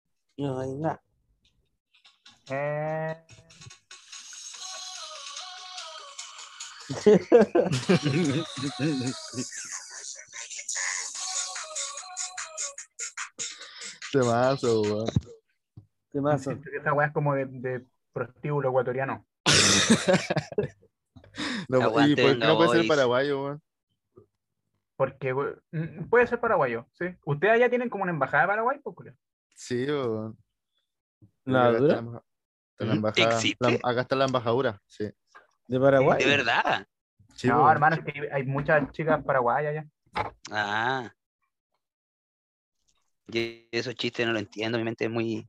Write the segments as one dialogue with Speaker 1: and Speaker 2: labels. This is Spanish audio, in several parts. Speaker 1: Aynen.
Speaker 2: Ah,
Speaker 3: Eh,
Speaker 4: Temazo, weón.
Speaker 1: Temazo.
Speaker 3: siento que esa weá es como de, de prostíbulo ecuatoriano.
Speaker 4: No, ¿Y
Speaker 2: Aguante
Speaker 4: por qué
Speaker 2: Venga
Speaker 4: no puede ser
Speaker 2: Boys.
Speaker 4: paraguayo, weón?
Speaker 3: Porque we- mm, puede ser paraguayo, ¿sí? Ustedes allá tienen como una embajada de Paraguay, pues, culiao?
Speaker 4: Sí, weón.
Speaker 1: ¿La
Speaker 4: Acá está
Speaker 1: dura?
Speaker 4: la embaja- está la embajada-
Speaker 2: ¿Existe?
Speaker 4: la- acá está la embajadura, sí.
Speaker 1: ¿De Paraguay?
Speaker 2: ¿De verdad?
Speaker 4: Sí,
Speaker 3: no,
Speaker 2: pues.
Speaker 4: weón.
Speaker 3: hermano, es que hay muchas chicas paraguayas allá.
Speaker 2: Ah. Yo esos chistes no lo entiendo, mi mente es muy...
Speaker 1: Yo-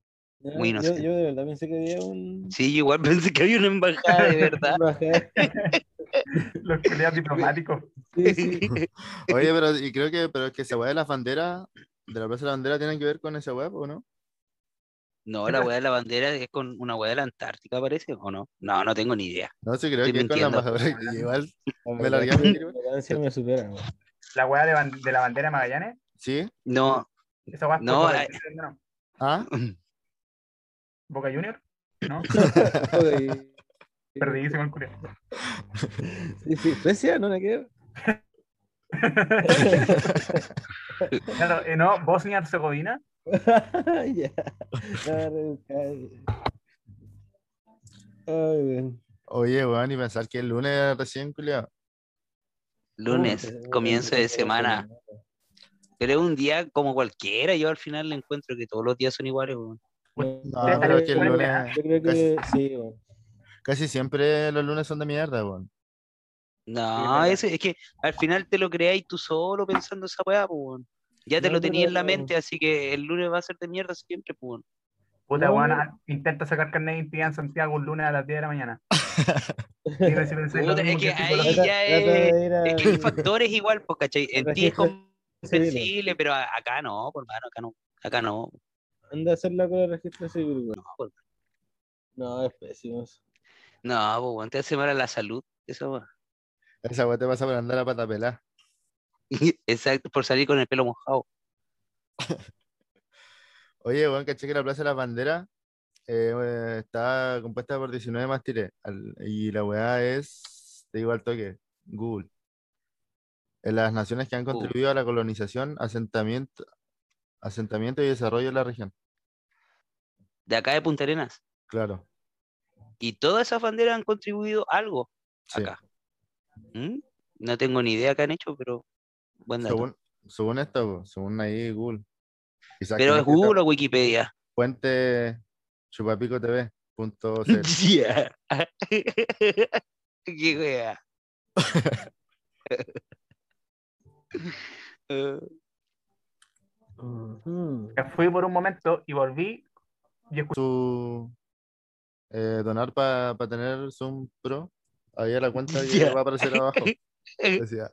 Speaker 2: Muy
Speaker 1: yo,
Speaker 2: inocente.
Speaker 1: yo de verdad pensé que había un...
Speaker 2: Sí, yo igual pensé que había una embajada de verdad.
Speaker 1: una bajada.
Speaker 3: Los culiados diplomáticos.
Speaker 1: Sí, sí.
Speaker 4: Oye, pero y creo que, pero es que esa weá de las banderas, de la plaza de la bandera, tienen que ver con esa weá, ¿o no?
Speaker 2: No, la weá de la bandera es con una weá de la Antártica, parece, ¿o no? No, no tengo ni idea.
Speaker 4: No, sí, creo
Speaker 2: Estoy
Speaker 4: que es con la
Speaker 2: mintiendo.
Speaker 4: embajadora. que Igual,
Speaker 1: La
Speaker 4: Me
Speaker 1: verdad
Speaker 4: largué
Speaker 1: es que
Speaker 4: a
Speaker 1: la
Speaker 4: mí, creo.
Speaker 1: ignorancia me supera, güey.
Speaker 3: La weá de, ban- de la bandera de Magallanes.
Speaker 4: sí.
Speaker 2: No,
Speaker 3: Esa weá es
Speaker 2: No,
Speaker 3: Boca
Speaker 2: eh. hay-
Speaker 3: Juniors, ¿no?
Speaker 4: Ah,
Speaker 3: Boca Junior. No,
Speaker 1: Oye,
Speaker 3: perdidísimo el culiao.
Speaker 1: Sí, sí, Suecia, no la quiero.
Speaker 3: Claro, eh, no, Bosnia Herzegovina.
Speaker 1: ya. La rebuscada. Ay, güey.
Speaker 4: oye, weón, y pensar que el lunes recién, culiao.
Speaker 2: lunes,
Speaker 1: Puta,
Speaker 2: comienzo
Speaker 1: güey,
Speaker 2: de semana. Pero es un día como cualquiera, yo al final le encuentro que todos los días son iguales, weón.
Speaker 1: No,
Speaker 4: No,
Speaker 3: Ustedes salieron
Speaker 4: pero es que el
Speaker 3: con el
Speaker 4: lunes,
Speaker 1: Yo creo que sí, güey.
Speaker 4: casi siempre los lunes son de mierda, weón.
Speaker 2: No,
Speaker 3: verdad.
Speaker 2: ese, es que al final te lo creáis tú solo pensando esa weá, pues, weón. Ya te
Speaker 1: No,
Speaker 2: lo tenías en la
Speaker 1: pero-
Speaker 2: mente, así que el lunes va a ser de mierda siempre, pues. weón.
Speaker 3: Puta,
Speaker 1: No,
Speaker 3: weón,
Speaker 1: no.
Speaker 3: ah, intenta sacar carnet de identidad en Santiago un lunes a las 10 de la mañana. Dime si pensáis lo
Speaker 2: Puta,
Speaker 3: mismo
Speaker 2: es que
Speaker 3: que tú,
Speaker 2: ahí
Speaker 3: weón.
Speaker 1: Trata-
Speaker 2: ya
Speaker 1: trata de ir
Speaker 2: Es que el
Speaker 1: al-
Speaker 2: factor es igual, pues, ¿cachai? En
Speaker 1: al
Speaker 2: ti es
Speaker 1: registro civil, güey.
Speaker 2: comprensible, pero a- acá no, por mano, acá no, acá no.
Speaker 1: Anda a hacerla con el registro civil, güey.
Speaker 2: No, por-
Speaker 1: No, es pésimo. eso.
Speaker 2: no pues, weón, te hace mal a la salud, esa weá.
Speaker 4: Esa weá te pasa por andar a pata pelá.
Speaker 2: Exacto, por salir con el pelo mojado.
Speaker 4: Oye, weón, caché que la plaza de las banderas eh, eh, está compuesta por 19 mástiles. al- y la weá es, te digo al toque, Google. En las naciones que han
Speaker 2: Google.
Speaker 4: contribuido a la colonización, asentamiento, asentamiento y desarrollo de la región.
Speaker 2: De acá de Punta Arenas.
Speaker 4: Claro.
Speaker 2: Y todas esas banderas han contribuido algo
Speaker 4: sí.
Speaker 2: acá. ¿Mm? No tengo ni idea qué han hecho, pero buen dato.
Speaker 4: Según, según esto, po, según ahí Google. Quizás
Speaker 2: Pero
Speaker 4: con
Speaker 2: es
Speaker 4: este
Speaker 2: Google o Wikipedia.
Speaker 4: Fuente chupapico TV. Punto cl.
Speaker 2: Yeah. Qué wea. Eh,
Speaker 1: Ujú.
Speaker 3: Me Fui por un momento y volví y escuché.
Speaker 4: su eh, donar para tener Zoom Pro. Había la cuenta que
Speaker 2: Ya.
Speaker 4: va a aparecer abajo. Decía,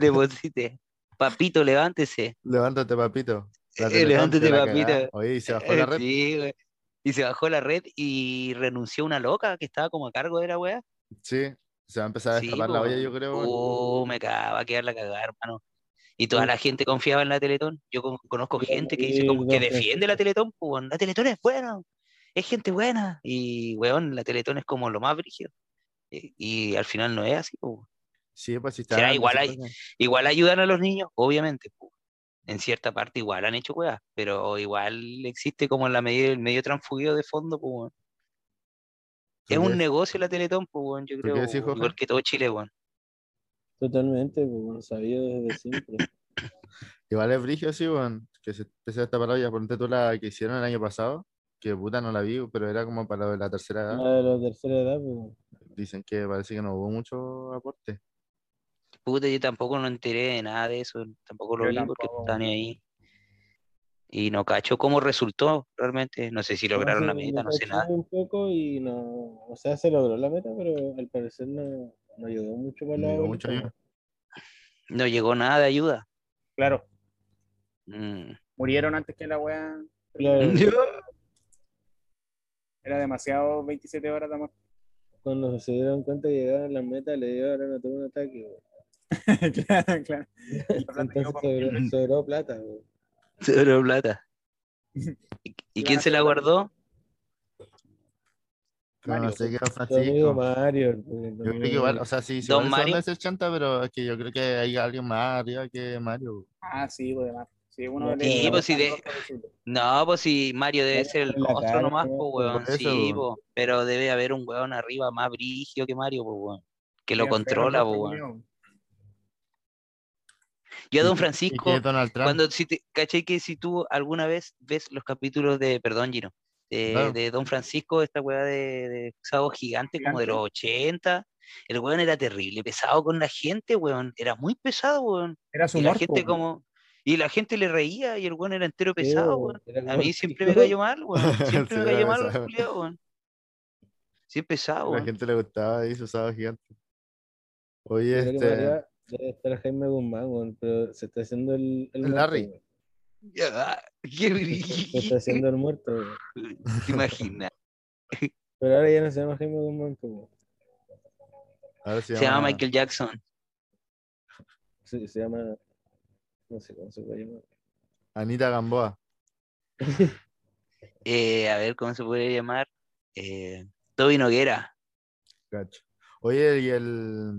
Speaker 2: deposite. Papito, levántese.
Speaker 4: levántate, papito. La
Speaker 2: Eh,
Speaker 4: Teletón
Speaker 2: levántate, Eh,
Speaker 4: te la cagá.
Speaker 2: papito.
Speaker 4: Oye, y se bajó la red.
Speaker 2: Sí, wea. y se bajó la red y renunció una loca que estaba como a cargo de la wea.
Speaker 4: Sí, se va a empezar a
Speaker 2: Sí,
Speaker 4: escapar la
Speaker 2: po,
Speaker 4: olla,
Speaker 2: weón.
Speaker 4: yo creo. weón.
Speaker 2: Oh, me caga, va a quedar la cagada, hermano. Y toda la gente confiaba en la Teletón. Yo con- conozco
Speaker 1: Iba a
Speaker 2: gente que dice como que
Speaker 1: morir, don
Speaker 2: defiende la Teletón, po, weón. La Teletón es buena, es gente buena. Y, weón, la Teletón es como lo más brígido. Y, y al final no es así, po, weón.
Speaker 4: Sí, pues si está.
Speaker 2: Será igual ahí. Igual ayudan a los niños, obviamente, po. En cierta parte igual han hecho weas, pero igual existe como la medida, el medio transfugido de fondo, po, weón. Es un negocio la Teletón, po, weón, yo
Speaker 4: qué
Speaker 2: creo,
Speaker 4: decís, Jorge?
Speaker 2: igual que todo Chile, weón.
Speaker 1: Totalmente, pues, sabido desde siempre.
Speaker 4: Igual es brigio, sí, weón, que se empieza a destapar la olla. Ponte tú la que hicieron el año pasado, que puta no la vi, pero era como para lo de la tercera
Speaker 2: Ah.
Speaker 4: edad.
Speaker 1: La de la tercera edad, pues.
Speaker 4: Dicen que parece que no hubo mucho aporte.
Speaker 2: Puta, yo tampoco no enteré de nada de eso, tampoco lo
Speaker 3: Yo
Speaker 2: vi porque
Speaker 3: tampoco,
Speaker 2: están ahí. Y no cacho cómo resultó realmente. No sé si lograron la
Speaker 1: Entonces,
Speaker 2: meta,
Speaker 1: me
Speaker 2: no sé nada.
Speaker 1: caché Un poco y no. O sea, se logró la meta, pero al parecer no, no ayudó mucho para
Speaker 4: No
Speaker 1: la
Speaker 4: llegó mucho
Speaker 1: boleta,
Speaker 4: ayuda.
Speaker 2: No llegó nada de ayuda.
Speaker 3: Claro,
Speaker 2: Mm.
Speaker 3: murieron antes que la weá.
Speaker 1: pues. Claro,
Speaker 3: Era demasiado 27 horas de amor.
Speaker 1: cuando se dieron cuenta que llegaron las metas, le dio ahora no tuvo un ataque, pues. güey.
Speaker 3: claro, claro.
Speaker 5: eh,
Speaker 1: pues. Entonces sobró, sobró plata, güey.
Speaker 2: Sobró plata. ¿Y, y quién se la guardó?
Speaker 4: No sé qué Francisco.
Speaker 1: Tu amigo Mario. pues,
Speaker 4: Ah, Yo creo que igual, o sea, sí, sí,
Speaker 2: Don
Speaker 4: igual
Speaker 2: Mario.
Speaker 4: Mario. es el chanta, pero es que yo creo que hay alguien más arriba que Mario.
Speaker 5: Ah, sí, pues además. Sí, uno
Speaker 1: Sí,
Speaker 2: pues, sí, de- No, pues si Mario debe
Speaker 1: Mario
Speaker 2: ser el
Speaker 1: en la
Speaker 2: rostro
Speaker 1: cara,
Speaker 2: nomás,
Speaker 1: ¿no?
Speaker 2: pues weón.
Speaker 4: Por eso,
Speaker 2: Sí,
Speaker 4: weón.
Speaker 2: po, pero debe haber un weón arriba más brigio que Mario, pues weón. Que lo
Speaker 5: Bien
Speaker 2: controla,
Speaker 5: feo,
Speaker 2: pues
Speaker 5: loco,
Speaker 2: weón.
Speaker 5: culiao.
Speaker 2: Yo a Don
Speaker 4: Y
Speaker 2: Francisco,
Speaker 4: que es Donald Trump.
Speaker 2: cuando si te, caché que si tú alguna vez ves los capítulos de, perdón, Gino, de,
Speaker 4: Claro.
Speaker 2: de Don Francisco, esta weá de, de pesado gigante, como de
Speaker 5: Gigante.
Speaker 2: los 80, el weón era terrible, pesado con la gente, weón. Era muy pesado, weón.
Speaker 5: Era su pues,
Speaker 2: y la
Speaker 5: humor,
Speaker 2: gente
Speaker 5: po.
Speaker 2: como. Y la gente le reía y el weón era entero
Speaker 1: Sí,
Speaker 2: pesado,
Speaker 1: bo,
Speaker 2: weón.
Speaker 1: era
Speaker 2: A
Speaker 1: como-
Speaker 2: mí siempre me cayó mal, weón. Siempre
Speaker 4: Sí,
Speaker 2: me cayó
Speaker 4: era
Speaker 2: mal,
Speaker 4: pesado.
Speaker 2: culiao, weón. Siempre pesado,
Speaker 4: La
Speaker 2: weón.
Speaker 4: gente le gustaba ahí su sábado gigante.
Speaker 1: yo
Speaker 4: Oye,
Speaker 1: creo que
Speaker 4: este.
Speaker 1: María debe estar Jaime Guzmán, weón, pero se está haciendo el, el
Speaker 4: El Larry.
Speaker 1: muerto,
Speaker 2: Ya, ah, qué
Speaker 1: weón. Se está haciendo el muerto, weón.
Speaker 2: ¿Te imaginas?
Speaker 1: Pero ahora ya no se llama Jaime Guzmán, pues, weón.
Speaker 4: Ahora
Speaker 2: Se llama Michael Jackson.
Speaker 1: se, se llama. No sé cómo se puede llamar.
Speaker 4: Anita Gamboa.
Speaker 2: Eh, a ver, ¿cómo se podría llamar? Eh, Toby Noguera.
Speaker 4: Cacho. Oye, y el.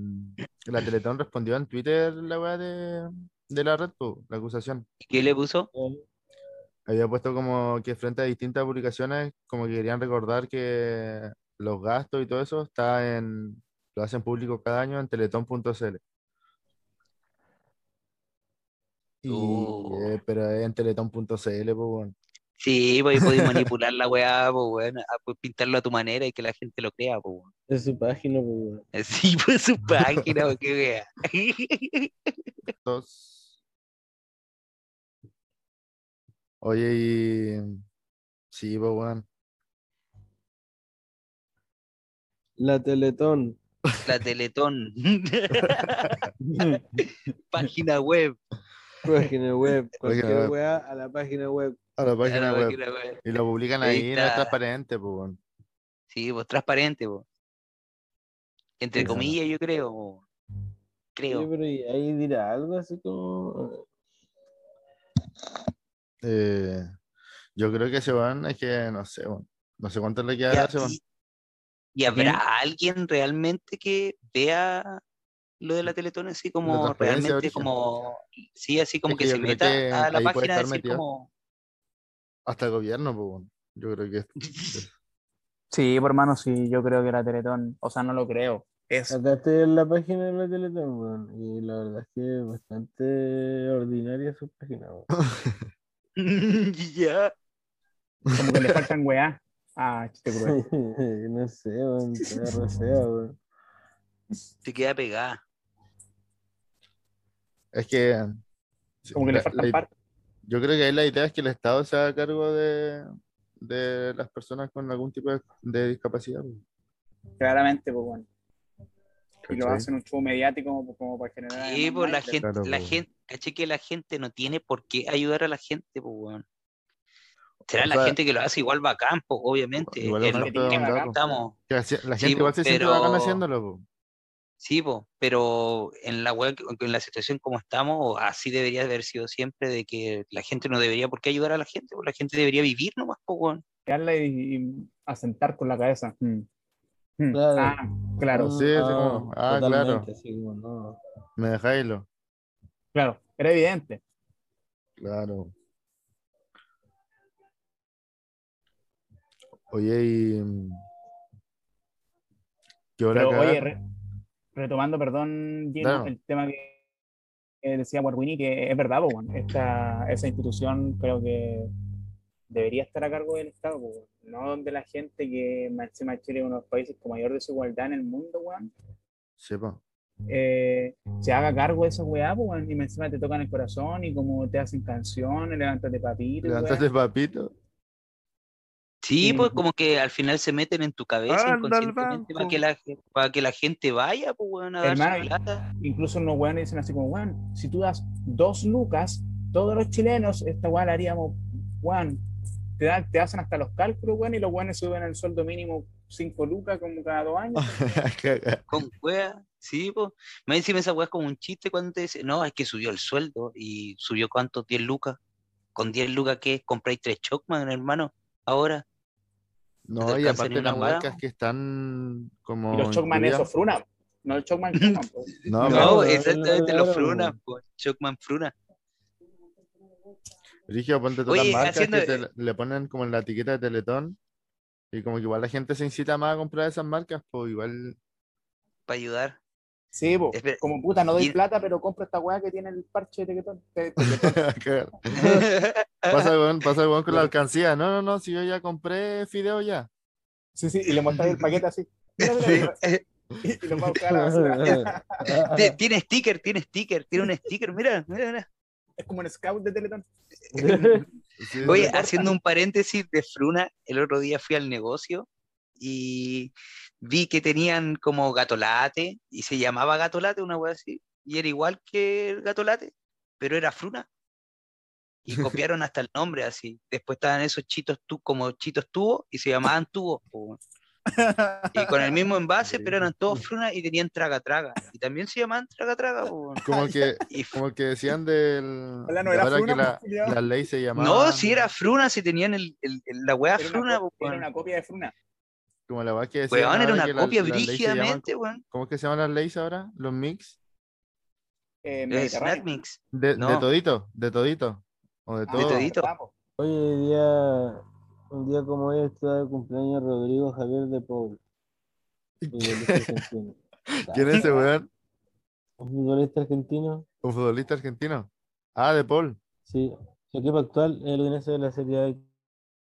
Speaker 4: La Teletón respondió en Twitter la weá de, de la red, po, la acusación.
Speaker 2: ¿Y ¿Qué le puso?
Speaker 4: Había puesto como que frente a distintas publicaciones, como que querían recordar que los gastos y todo eso está en. Lo hacen público cada año en teletón.cl. Y,
Speaker 2: Oh.
Speaker 4: eh, pero es en teletón.cl, pues, weón.
Speaker 2: Sí, pues ahí podéis manipular la weá, pues weón. Ah, pues, pintarlo a tu manera y que la gente lo crea, pues weón.
Speaker 1: Es su página, pues, weón.
Speaker 2: Eh, Sí, por su página, pues, qué weá.
Speaker 4: Dos. Oye, y. Sí, pues, weón.
Speaker 1: La Teletón.
Speaker 2: La Teletón. página web.
Speaker 1: Página web. Cualquier
Speaker 4: web.
Speaker 1: weá a la página web.
Speaker 4: A la página
Speaker 2: La
Speaker 4: web.
Speaker 2: Ah, página web.
Speaker 4: Y lo publican
Speaker 2: Ahí
Speaker 4: ahí, no es
Speaker 2: está.
Speaker 4: transparente, pues, weón.
Speaker 2: Sí, pues transparente, pues. Entre
Speaker 4: Sí, bueno.
Speaker 2: comillas, yo creo. po. Creo.
Speaker 1: Oye, pero ¿y ahí dirá algo así como.
Speaker 4: Eh, yo creo que ese weón es que, no sé, weón. No sé cuánto le queda
Speaker 2: Ya,
Speaker 4: a ese weón.
Speaker 2: y- ¿Y habrá alguien realmente que vea lo de la Teletón así como
Speaker 4: transparencia
Speaker 2: realmente
Speaker 4: origen.
Speaker 2: como sí, así como
Speaker 4: Es
Speaker 2: que,
Speaker 4: que yo
Speaker 2: se
Speaker 4: creo
Speaker 2: meta
Speaker 4: que
Speaker 2: a la
Speaker 4: ahí puede
Speaker 2: página a
Speaker 4: estar
Speaker 2: decir
Speaker 4: metido.
Speaker 2: como
Speaker 4: Hasta el gobierno, pues, weón. Yo creo que
Speaker 5: Sí, por hermano, sí, yo creo que era Teletón. O sea, no lo creo. Es
Speaker 1: Acá estoy en la página de la Teletón, weón. Y la verdad es que es bastante ordinaria su página, weón.
Speaker 2: ya.
Speaker 5: como que le faltan weá. Ah, chiste cruel.
Speaker 1: no sé, weón. Está re fea, weón.
Speaker 2: Se queda pegada.
Speaker 4: es que.
Speaker 5: Como que le
Speaker 4: la-
Speaker 5: faltan
Speaker 4: la-
Speaker 5: partes.
Speaker 4: Yo creo que ahí la idea es que el Estado se haga cargo de, de las personas con algún tipo de, de discapacidad. weón.
Speaker 5: Claramente, pues bueno. Y lo
Speaker 4: ¿Cachai?
Speaker 5: hacen un show mediático como, como para generar.
Speaker 2: Sí,
Speaker 5: además
Speaker 2: pues la
Speaker 5: Ah, más
Speaker 2: gente,
Speaker 4: Claro,
Speaker 2: la
Speaker 4: po.
Speaker 2: gente, caché que la gente no tiene por qué ayudar a la gente, pues weón. Será
Speaker 4: O
Speaker 2: la
Speaker 4: sea-
Speaker 2: gente que lo hace igual va a campo, obviamente.
Speaker 4: Igual
Speaker 2: es
Speaker 4: bacán
Speaker 2: lo
Speaker 5: todo
Speaker 2: que
Speaker 5: un dato.
Speaker 2: estamos.
Speaker 4: Que así- la
Speaker 2: Sí,
Speaker 4: gente igual
Speaker 2: pues,
Speaker 4: se siente
Speaker 2: pero-
Speaker 4: bacán haciéndolo, pues.
Speaker 2: Sí, po, pero en la web, en la situación como estamos, o así debería haber sido siempre, de que la gente no debería por qué ayudar a la gente, po, la gente debería vivir nomás, po, weón.
Speaker 5: crearla y, y asentar con la cabeza. Mm. Mm.
Speaker 1: Claro.
Speaker 5: Ah, claro,
Speaker 4: sí, así como, ah, claro.
Speaker 1: totalmente, así como, no.
Speaker 4: Me dejáis lo.
Speaker 5: claro. Era evidente.
Speaker 4: Claro. Oye, y. mm, ¿Qué hora
Speaker 5: Pero,
Speaker 4: acá?
Speaker 5: oye, re- retomando, perdón, Gino,
Speaker 4: Claro.
Speaker 5: el tema que, que decía Warwini, que es verdad, po, weón. Esta, esa institución creo que debería estar a cargo del Estado, po, weón. no donde la gente que más encima Chile es uno de los países con mayor desigualdad en el mundo, weón,
Speaker 4: Sí, po.
Speaker 5: eh, se haga cargo de esa weá, po, weón, y más encima te tocan el corazón y como te hacen canciones, levántate papito, y weá.
Speaker 4: Levantaste papito.
Speaker 2: Sí, pues
Speaker 5: Sí.
Speaker 2: como que al final se meten en tu cabeza
Speaker 4: Anda al
Speaker 2: inconscientemente para que la, para que la gente vaya, pues weón, a dar su
Speaker 5: Hermano, y-
Speaker 2: plata.
Speaker 5: incluso unos weones dicen así como, weón, si tú das dos lucas, todos los chilenos, esta weá la haríamos, weón, te, dan- te hacen hasta los cálculos, weón, y los weones suben el sueldo mínimo cinco lucas como cada dos años.
Speaker 2: Con wea, sí, pues. Me encima esa wea es como un chiste cuando te dice, no, es que subió el sueldo y subió cuánto, 10 lucas. Con 10 lucas que compráis tres Chocman, hermano. Ahora,
Speaker 4: No, y
Speaker 2: alcanza
Speaker 4: aparte
Speaker 2: ni una
Speaker 4: las
Speaker 2: hueá,
Speaker 4: marcas
Speaker 2: po.
Speaker 4: que están como.
Speaker 5: Y los Chocman
Speaker 4: incluidas-
Speaker 5: esos Fruna, no el Chocman Chocman, po.
Speaker 4: No,
Speaker 2: no,
Speaker 4: pero-
Speaker 1: no, no,
Speaker 2: exactamente
Speaker 1: no,
Speaker 2: los
Speaker 1: no.
Speaker 2: frunas, pues, Chocman frunas.
Speaker 4: Rígido, ponte todas las
Speaker 2: Oye,
Speaker 4: marcas
Speaker 2: haciendo-
Speaker 4: que te- le ponen como en la etiqueta de Teletón. Y como que igual la gente se incita más a comprar esas marcas, pues igual.
Speaker 2: para ayudar.
Speaker 5: Sí, po.
Speaker 2: Espera.
Speaker 5: como puta, no doy
Speaker 2: Y-
Speaker 5: plata, pero compro esta weá que tiene el parche de tequetón.
Speaker 4: cagar. pasa el weón, pasa el weón con la alcancía. No, no, no, si yo ya compré fideo ya.
Speaker 5: Sí, sí, y le mostráis el paquete así. Mira, mira, mira. Y, y lo va a buscar a la basura.
Speaker 2: Te- Eh, tiene sticker, tiene sticker, tiene un sticker, mira, mira, mira.
Speaker 5: Es como un scout de Teletón.
Speaker 4: Sí,
Speaker 2: Oye,
Speaker 4: sí.
Speaker 2: haciendo un paréntesis de Fruna, el otro día fui al negocio y vi que tenían como gatolate y se llamaba gatolate, una wea así, y era igual que el gatolate, pero era Fruna. Y copiaron hasta el nombre así. Después estaban esos chitos tu como chitos tubo y se llamaban tubos. po, weón. Y con el mismo envase, pero eran todos Fruna y tenían traga traga. Y también se llamaban traga traga. po, weón.
Speaker 4: Como que,
Speaker 2: Y
Speaker 4: como que decían del.
Speaker 5: Ojalá no
Speaker 4: de
Speaker 5: era
Speaker 4: ahora que
Speaker 5: Fruna,
Speaker 4: la,
Speaker 5: pues, culiao.
Speaker 4: la ley se llamaba.
Speaker 2: No, si era Fruna, si tenían el, el- el- la weá
Speaker 5: Era una,
Speaker 2: Fruna,
Speaker 5: co-
Speaker 2: po,
Speaker 5: era
Speaker 2: weón.
Speaker 5: una copia de Fruna.
Speaker 4: Como la weá que decían.
Speaker 2: Weón, era
Speaker 4: ahora
Speaker 2: una
Speaker 4: que la-
Speaker 2: copia
Speaker 4: las leyes se llaman-
Speaker 2: brígidamente, weón.
Speaker 4: ¿Cómo es que se llaman las leyes ahora? Los mix.
Speaker 5: Eh,
Speaker 2: Eh, Snack
Speaker 5: Mediterráneo.
Speaker 2: Mix.
Speaker 4: De,
Speaker 2: No.
Speaker 4: de todito, de todito. O de
Speaker 5: Ah,
Speaker 4: todo.
Speaker 2: todito.
Speaker 5: verdad, po.
Speaker 1: Hoy en día, un día como hoy, está de cumpleaños Rodrigo Javier de Paul. Futbolista argentino.
Speaker 4: ¿Quién es ese weón?
Speaker 1: Un futbolista argentino,
Speaker 4: ¿Un futbolista argentino? Ah, de Paul.
Speaker 1: sí. Su equipo actual es el Udinese de la Serie A de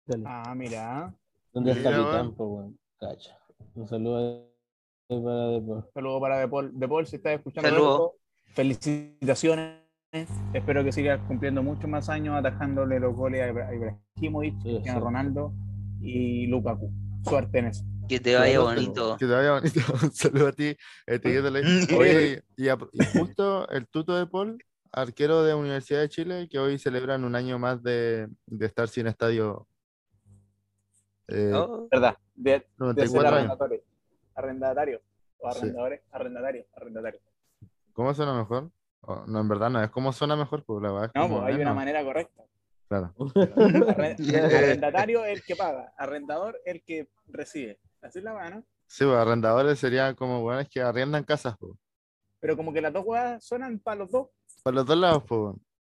Speaker 1: Italia,
Speaker 5: Ah, mira.
Speaker 1: donde es
Speaker 4: mira,
Speaker 1: capitán,
Speaker 4: weón.
Speaker 1: po, weón. Cacha. Un saludo ahí para De Paul.
Speaker 5: Saludo para De Paul. De Paul, si estás escuchando
Speaker 2: Saludo.
Speaker 5: esto, felicitaciones. Espero que sigas cumpliendo muchos más años atajándole los goles a Ibra- a Ibrahimovic,
Speaker 1: Sí,
Speaker 5: Cristiano
Speaker 1: sí.
Speaker 5: Ronaldo y Lukaku. Suerte en eso.
Speaker 2: Que te vaya
Speaker 4: Saludos,
Speaker 2: bonito.
Speaker 4: Que te vaya bonito. Un saludo a ti. etiquétale. Oye, y, a- y justo el tuto de Paul, arquero de Universidad de Chile, que hoy celebran un año más de, de estar sin estadio. Eh,
Speaker 2: Oh,
Speaker 5: ¿Verdad? De, de
Speaker 4: 94
Speaker 5: ser
Speaker 4: años.
Speaker 5: arrendatario. Arrendatario. O
Speaker 4: Sí.
Speaker 5: arrendadores, arrendatarios, arrendatarios.
Speaker 4: ¿Cómo suena mejor? Oh, no, en verdad no, es como suena mejor, pues la verdad. es
Speaker 5: No,
Speaker 4: como,
Speaker 5: pues hay una
Speaker 4: bueno,
Speaker 5: manera correcta.
Speaker 4: Claro.
Speaker 5: Arren- Arrendatario el que paga, arrendador el que recibe. Así es la mano.
Speaker 4: Sí, pues, arrendadores sería como, bueno, es que arriendan casas, pues.
Speaker 5: Pero como que las dos huevas suenan para los dos.
Speaker 4: Para los dos lados, pues.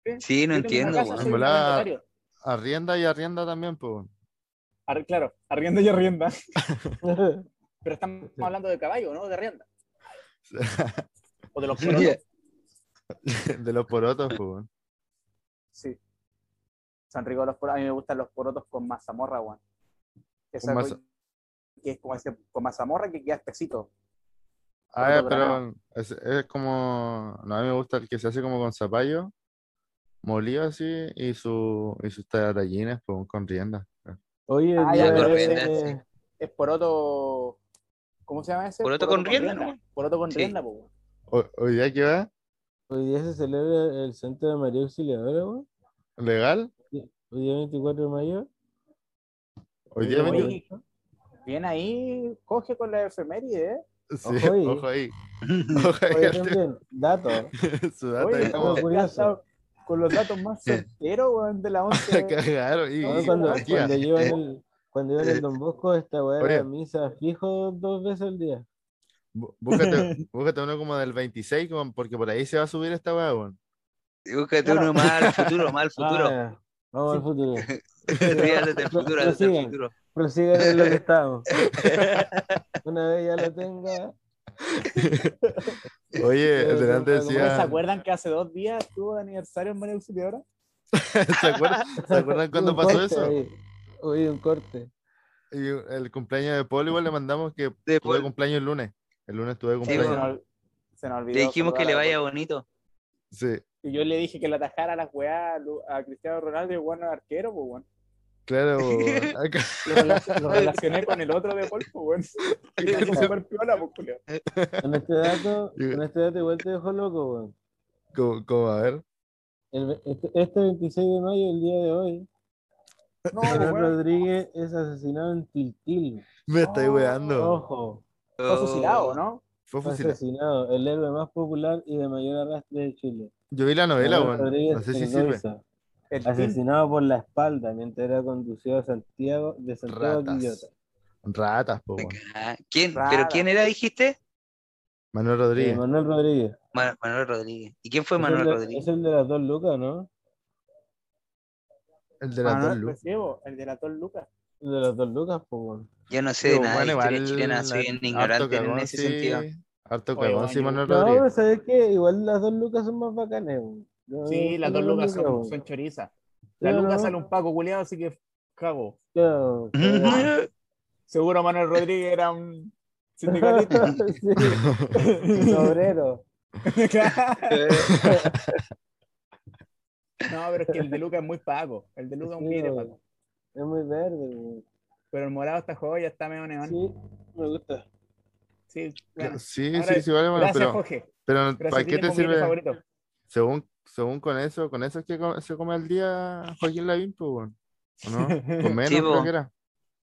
Speaker 4: bueno.
Speaker 2: sí,
Speaker 5: Yo tengo una
Speaker 2: no entiendo,
Speaker 5: casa,
Speaker 2: weón.
Speaker 5: soy un
Speaker 4: Volá.
Speaker 5: arrendatario.
Speaker 4: Arrienda y arrienda también, pues. bueno.
Speaker 5: Ar- claro, arrienda y arrienda. Pero estamos hablando de caballo, ¿no? De rienda. O de los porotos.
Speaker 2: Yeah.
Speaker 4: De los porotos, pues. bueno.
Speaker 5: Sí. San ricos los porotos. A mí me gustan los porotos con mazamorra, weón. Esa
Speaker 4: Con maza-
Speaker 5: cosa que es como ese, con mazamorra que queda espesito.
Speaker 4: Ah,
Speaker 5: Poroto
Speaker 4: pero
Speaker 5: granado.
Speaker 4: es, es como. No, a mí me gusta el que se hace como con zapallo, molido así, y, su, y sus tallines con, con riendas.
Speaker 1: Hoy en
Speaker 5: Ah,
Speaker 1: día
Speaker 5: ya,
Speaker 2: con
Speaker 1: es-
Speaker 2: rienda,
Speaker 5: Es poroto. ¿Cómo se llama ese?
Speaker 2: Poroto con rienda,
Speaker 5: Poroto con
Speaker 2: Sí.
Speaker 5: rienda, po, weón.
Speaker 4: O- Hoy día que va,
Speaker 1: hoy día se celebra el Centro de María Auxiliadora, weón.
Speaker 4: legal.
Speaker 1: Hoy día 24 de mayo.
Speaker 4: Hoy día
Speaker 5: Oye,
Speaker 4: 20
Speaker 5: Bien ahí, coge con la efeméride, ¿eh?
Speaker 4: Sí,
Speaker 1: ojo ahí.
Speaker 4: ojo ahí. Ojo ahí,
Speaker 1: Oye,
Speaker 4: Arturo.
Speaker 1: también, dato.
Speaker 4: Su data
Speaker 5: Oye,
Speaker 4: ahí como.
Speaker 1: ojo.
Speaker 5: te has dado con los datos más certeros, weón, de la once.
Speaker 4: Cagaron. Y,
Speaker 1: Ahora
Speaker 4: y-
Speaker 1: cuando,
Speaker 4: aquí,
Speaker 1: cuando
Speaker 4: ah,
Speaker 1: yo en
Speaker 4: eh,
Speaker 1: el, cuando yo en el Don Bosco, esta weá
Speaker 4: Oye.
Speaker 1: era misa fijo dos veces al día.
Speaker 4: bú- búscate, búscate uno como del 26, como- porque por ahí se va a subir esta weá, weón.
Speaker 2: Búscate
Speaker 5: Claro.
Speaker 2: uno más al futuro, más al
Speaker 1: Ah,
Speaker 2: futuro.
Speaker 1: ya. Vamos al futuro.
Speaker 2: Ríete del
Speaker 1: Lo-
Speaker 2: futuro,
Speaker 1: lo
Speaker 2: ríete del
Speaker 1: siguen.
Speaker 2: futuro.
Speaker 1: Prosigan en lo que estamos. Una vez ya lo tenga.
Speaker 4: Oye,
Speaker 1: Pero
Speaker 4: delante
Speaker 1: no, como
Speaker 5: ¿No ¿Se
Speaker 4: decía.
Speaker 5: acuerdan que hace dos días estuvo de aniversario en María Auxiliadora?
Speaker 4: ¿Se acuerdan, ¿se acuerdan cuando
Speaker 1: un
Speaker 4: pasó
Speaker 1: corte
Speaker 4: eso?
Speaker 1: ahí. Hoy un corte.
Speaker 4: Y el cumpleaños de Paul, igual le mandamos que
Speaker 2: De
Speaker 4: tuve
Speaker 2: Paul,
Speaker 4: cumpleaños el lunes. El lunes tuve
Speaker 5: Se
Speaker 2: bueno.
Speaker 4: cumpleaños.
Speaker 5: nos ol- se nos olvidó.
Speaker 2: le dijimos que le
Speaker 5: saludar a-
Speaker 2: vaya bonito.
Speaker 4: Sí,
Speaker 5: Y yo le dije que le atajara las weas a Lu- a Cristiano Ronaldo y bueno al arquero, pues weón.
Speaker 4: claro. po, weón. Acá-
Speaker 5: Lo, rela- lo relacioné con el otro de Paul, pues weón. Y me hizo súper piola, pues culiao.
Speaker 1: Con este dato, con este dato igual te dejó loco, weón.
Speaker 4: como, como, a ver.
Speaker 1: El ve- Este, este 26 de mayo, el día de hoy,
Speaker 5: No, pues,
Speaker 4: Ah,
Speaker 1: Manuel
Speaker 5: weón.
Speaker 1: Rodríguez es asesinado en Tiltil.
Speaker 4: Me estoy
Speaker 5: Oh,
Speaker 4: weando.
Speaker 1: Ojo,
Speaker 5: Fue fusilado, ¿no?
Speaker 4: Fue
Speaker 1: fue
Speaker 4: fusilado.
Speaker 1: asesinado, el héroe más popular y de mayor arrastre de Chile.
Speaker 4: Yo vi la novela,
Speaker 1: Manuel
Speaker 4: weón.
Speaker 1: Rodríguez
Speaker 4: No sé si sirve.
Speaker 1: Mendoza.
Speaker 5: El fin.
Speaker 1: Asesinado por la espalda mientras era conducido a Santiago de Santiago a
Speaker 4: Ratas.
Speaker 1: Quillota.
Speaker 4: Ratas, po, weón.
Speaker 2: Ah, ¿Quién? ¿Pero
Speaker 5: Rara.
Speaker 2: quién era, dijiste?
Speaker 4: Manuel
Speaker 1: Eh,
Speaker 4: Rodríguez.
Speaker 1: Manuel Rodríguez.
Speaker 2: Ma- Manuel Rodríguez. ¿Y quién fue
Speaker 1: Es
Speaker 2: Manuel
Speaker 1: el de-
Speaker 2: Rodríguez?
Speaker 1: Es el de las dos lucas, ¿no?
Speaker 4: El de las
Speaker 5: Manuel
Speaker 4: dos luces.
Speaker 5: Recibo, el delator Lucas.
Speaker 1: El de las dos lucas, pues, bueno.
Speaker 2: Yo no sé de
Speaker 4: Pero,
Speaker 2: nada
Speaker 4: bueno,
Speaker 2: de historia
Speaker 4: igual,
Speaker 2: chilena, soy
Speaker 4: harto
Speaker 2: un ignorante en
Speaker 4: cagón,
Speaker 2: ese
Speaker 4: sí,
Speaker 2: sentido.
Speaker 4: Harto
Speaker 5: Oye,
Speaker 4: cagón,
Speaker 5: bueno,
Speaker 4: sí,
Speaker 5: yo-
Speaker 1: No,
Speaker 4: Manuel
Speaker 1: pero
Speaker 4: Rodríguez.
Speaker 1: ¿sabes qué? Igual las dos lucas son más bacanes, weón. Yo-
Speaker 5: Sí, las dos lucas son, son chorizas. La
Speaker 1: Sí,
Speaker 5: Lucas
Speaker 1: ¿no?
Speaker 5: sale un Paco culiado, así que cago.
Speaker 1: Claro, pero-
Speaker 5: Seguro Manuel Rodríguez era un sindicalista.
Speaker 1: sí, un obrero.
Speaker 5: Claro. no, pero es que el de Lucas es muy Paco. El de Lucas es un
Speaker 1: Sí,
Speaker 5: pire
Speaker 1: weón.
Speaker 5: Paco.
Speaker 1: Es muy verde, weón.
Speaker 5: Pero el morado está joya, está medio neón.
Speaker 1: Sí, me gusta.
Speaker 5: Sí,
Speaker 4: Claro,
Speaker 5: bueno.
Speaker 4: Sí,
Speaker 5: Ahora,
Speaker 4: sí, sí, vale, bueno,
Speaker 5: Gracias,
Speaker 4: pero,
Speaker 5: Jorge.
Speaker 4: pero
Speaker 5: Gracias,
Speaker 4: ¿para qué
Speaker 5: dile
Speaker 4: te
Speaker 5: con mi
Speaker 4: sirve?
Speaker 5: favorito.
Speaker 4: Según, según con eso, con eso es que co- se come al día Joaquín Lavín, pues, weón. ¿O no? Con menos, creo
Speaker 2: po.
Speaker 4: que era.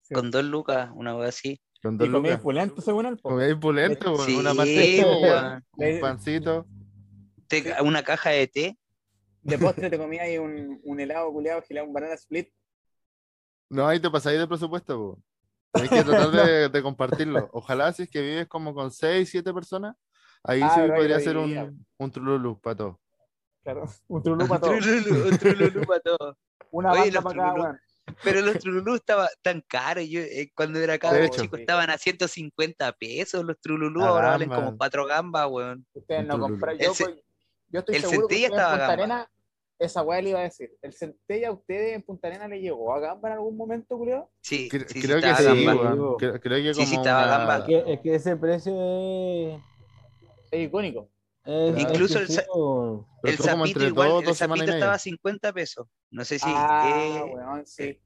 Speaker 5: Sí.
Speaker 2: Con dos lucas, una cosa así.
Speaker 4: Con dos
Speaker 5: Y comí
Speaker 4: lucas.
Speaker 5: fulento, según él. po.
Speaker 4: Comía impulento, weón,
Speaker 2: Sí,
Speaker 4: una parte
Speaker 2: weón.
Speaker 4: un pancito.
Speaker 2: Te- Una caja de té.
Speaker 5: De postre te comías ahí un, un helado culiado, un banana split.
Speaker 4: No, ahí te pasáis de presupuesto, po. Hay que tratar de, de compartirlo. Ojalá si es que vives como con 6, 7 personas, ahí
Speaker 5: Ah,
Speaker 4: sí
Speaker 5: pero ahí
Speaker 4: podría
Speaker 5: lo
Speaker 4: ser
Speaker 5: dividía.
Speaker 4: un, un trululú para todo.
Speaker 5: Claro. Un trulú para todo.
Speaker 2: Trululú, un trululú para todo.
Speaker 5: Una
Speaker 2: Oye,
Speaker 5: banda
Speaker 2: los
Speaker 5: para cada
Speaker 2: trululú.
Speaker 5: weón.
Speaker 2: Pero los trululú estaban tan caros. Yo, eh, cuando era
Speaker 4: De
Speaker 2: cabrón
Speaker 4: hecho.
Speaker 2: chico, estaban a 150 pesos los trululú. Ahora
Speaker 4: Ah,
Speaker 2: valen
Speaker 4: man.
Speaker 2: como cuatro gambas, weón.
Speaker 5: Ustedes no
Speaker 4: Trululú.
Speaker 5: compraron. Yo,
Speaker 2: El ce-
Speaker 5: pues, yo estoy
Speaker 2: el
Speaker 5: seguro que ustedes
Speaker 2: centella
Speaker 5: en
Speaker 2: estaba
Speaker 5: Punta
Speaker 2: gamba.
Speaker 5: Arena, esa weá le iba a decir. El centella a ustedes en Punta Arena le llegó a gamba en algún momento, culiado.
Speaker 2: Sí,
Speaker 4: Cre-
Speaker 2: sí, sí,
Speaker 4: creo que
Speaker 2: estaba
Speaker 4: sí,
Speaker 2: gamba.
Speaker 4: weón.
Speaker 1: Digo.
Speaker 4: Cre- creo que
Speaker 2: Sí, sí,
Speaker 4: como
Speaker 2: estaba
Speaker 4: una-
Speaker 2: gamba.
Speaker 1: Es que, es que ese precio es.
Speaker 5: Es icónico.
Speaker 1: es-
Speaker 4: Claro.
Speaker 2: Incluso el
Speaker 1: exclusivo, weón.
Speaker 4: pero
Speaker 2: el
Speaker 4: fue como
Speaker 2: sapito
Speaker 4: entre
Speaker 2: igual,
Speaker 4: dos,
Speaker 2: el
Speaker 4: dos semanas y
Speaker 2: sapito
Speaker 4: media.
Speaker 2: estaba a 50 pesos. No sé si
Speaker 5: ah,
Speaker 2: eh,
Speaker 5: weón, sí.
Speaker 2: el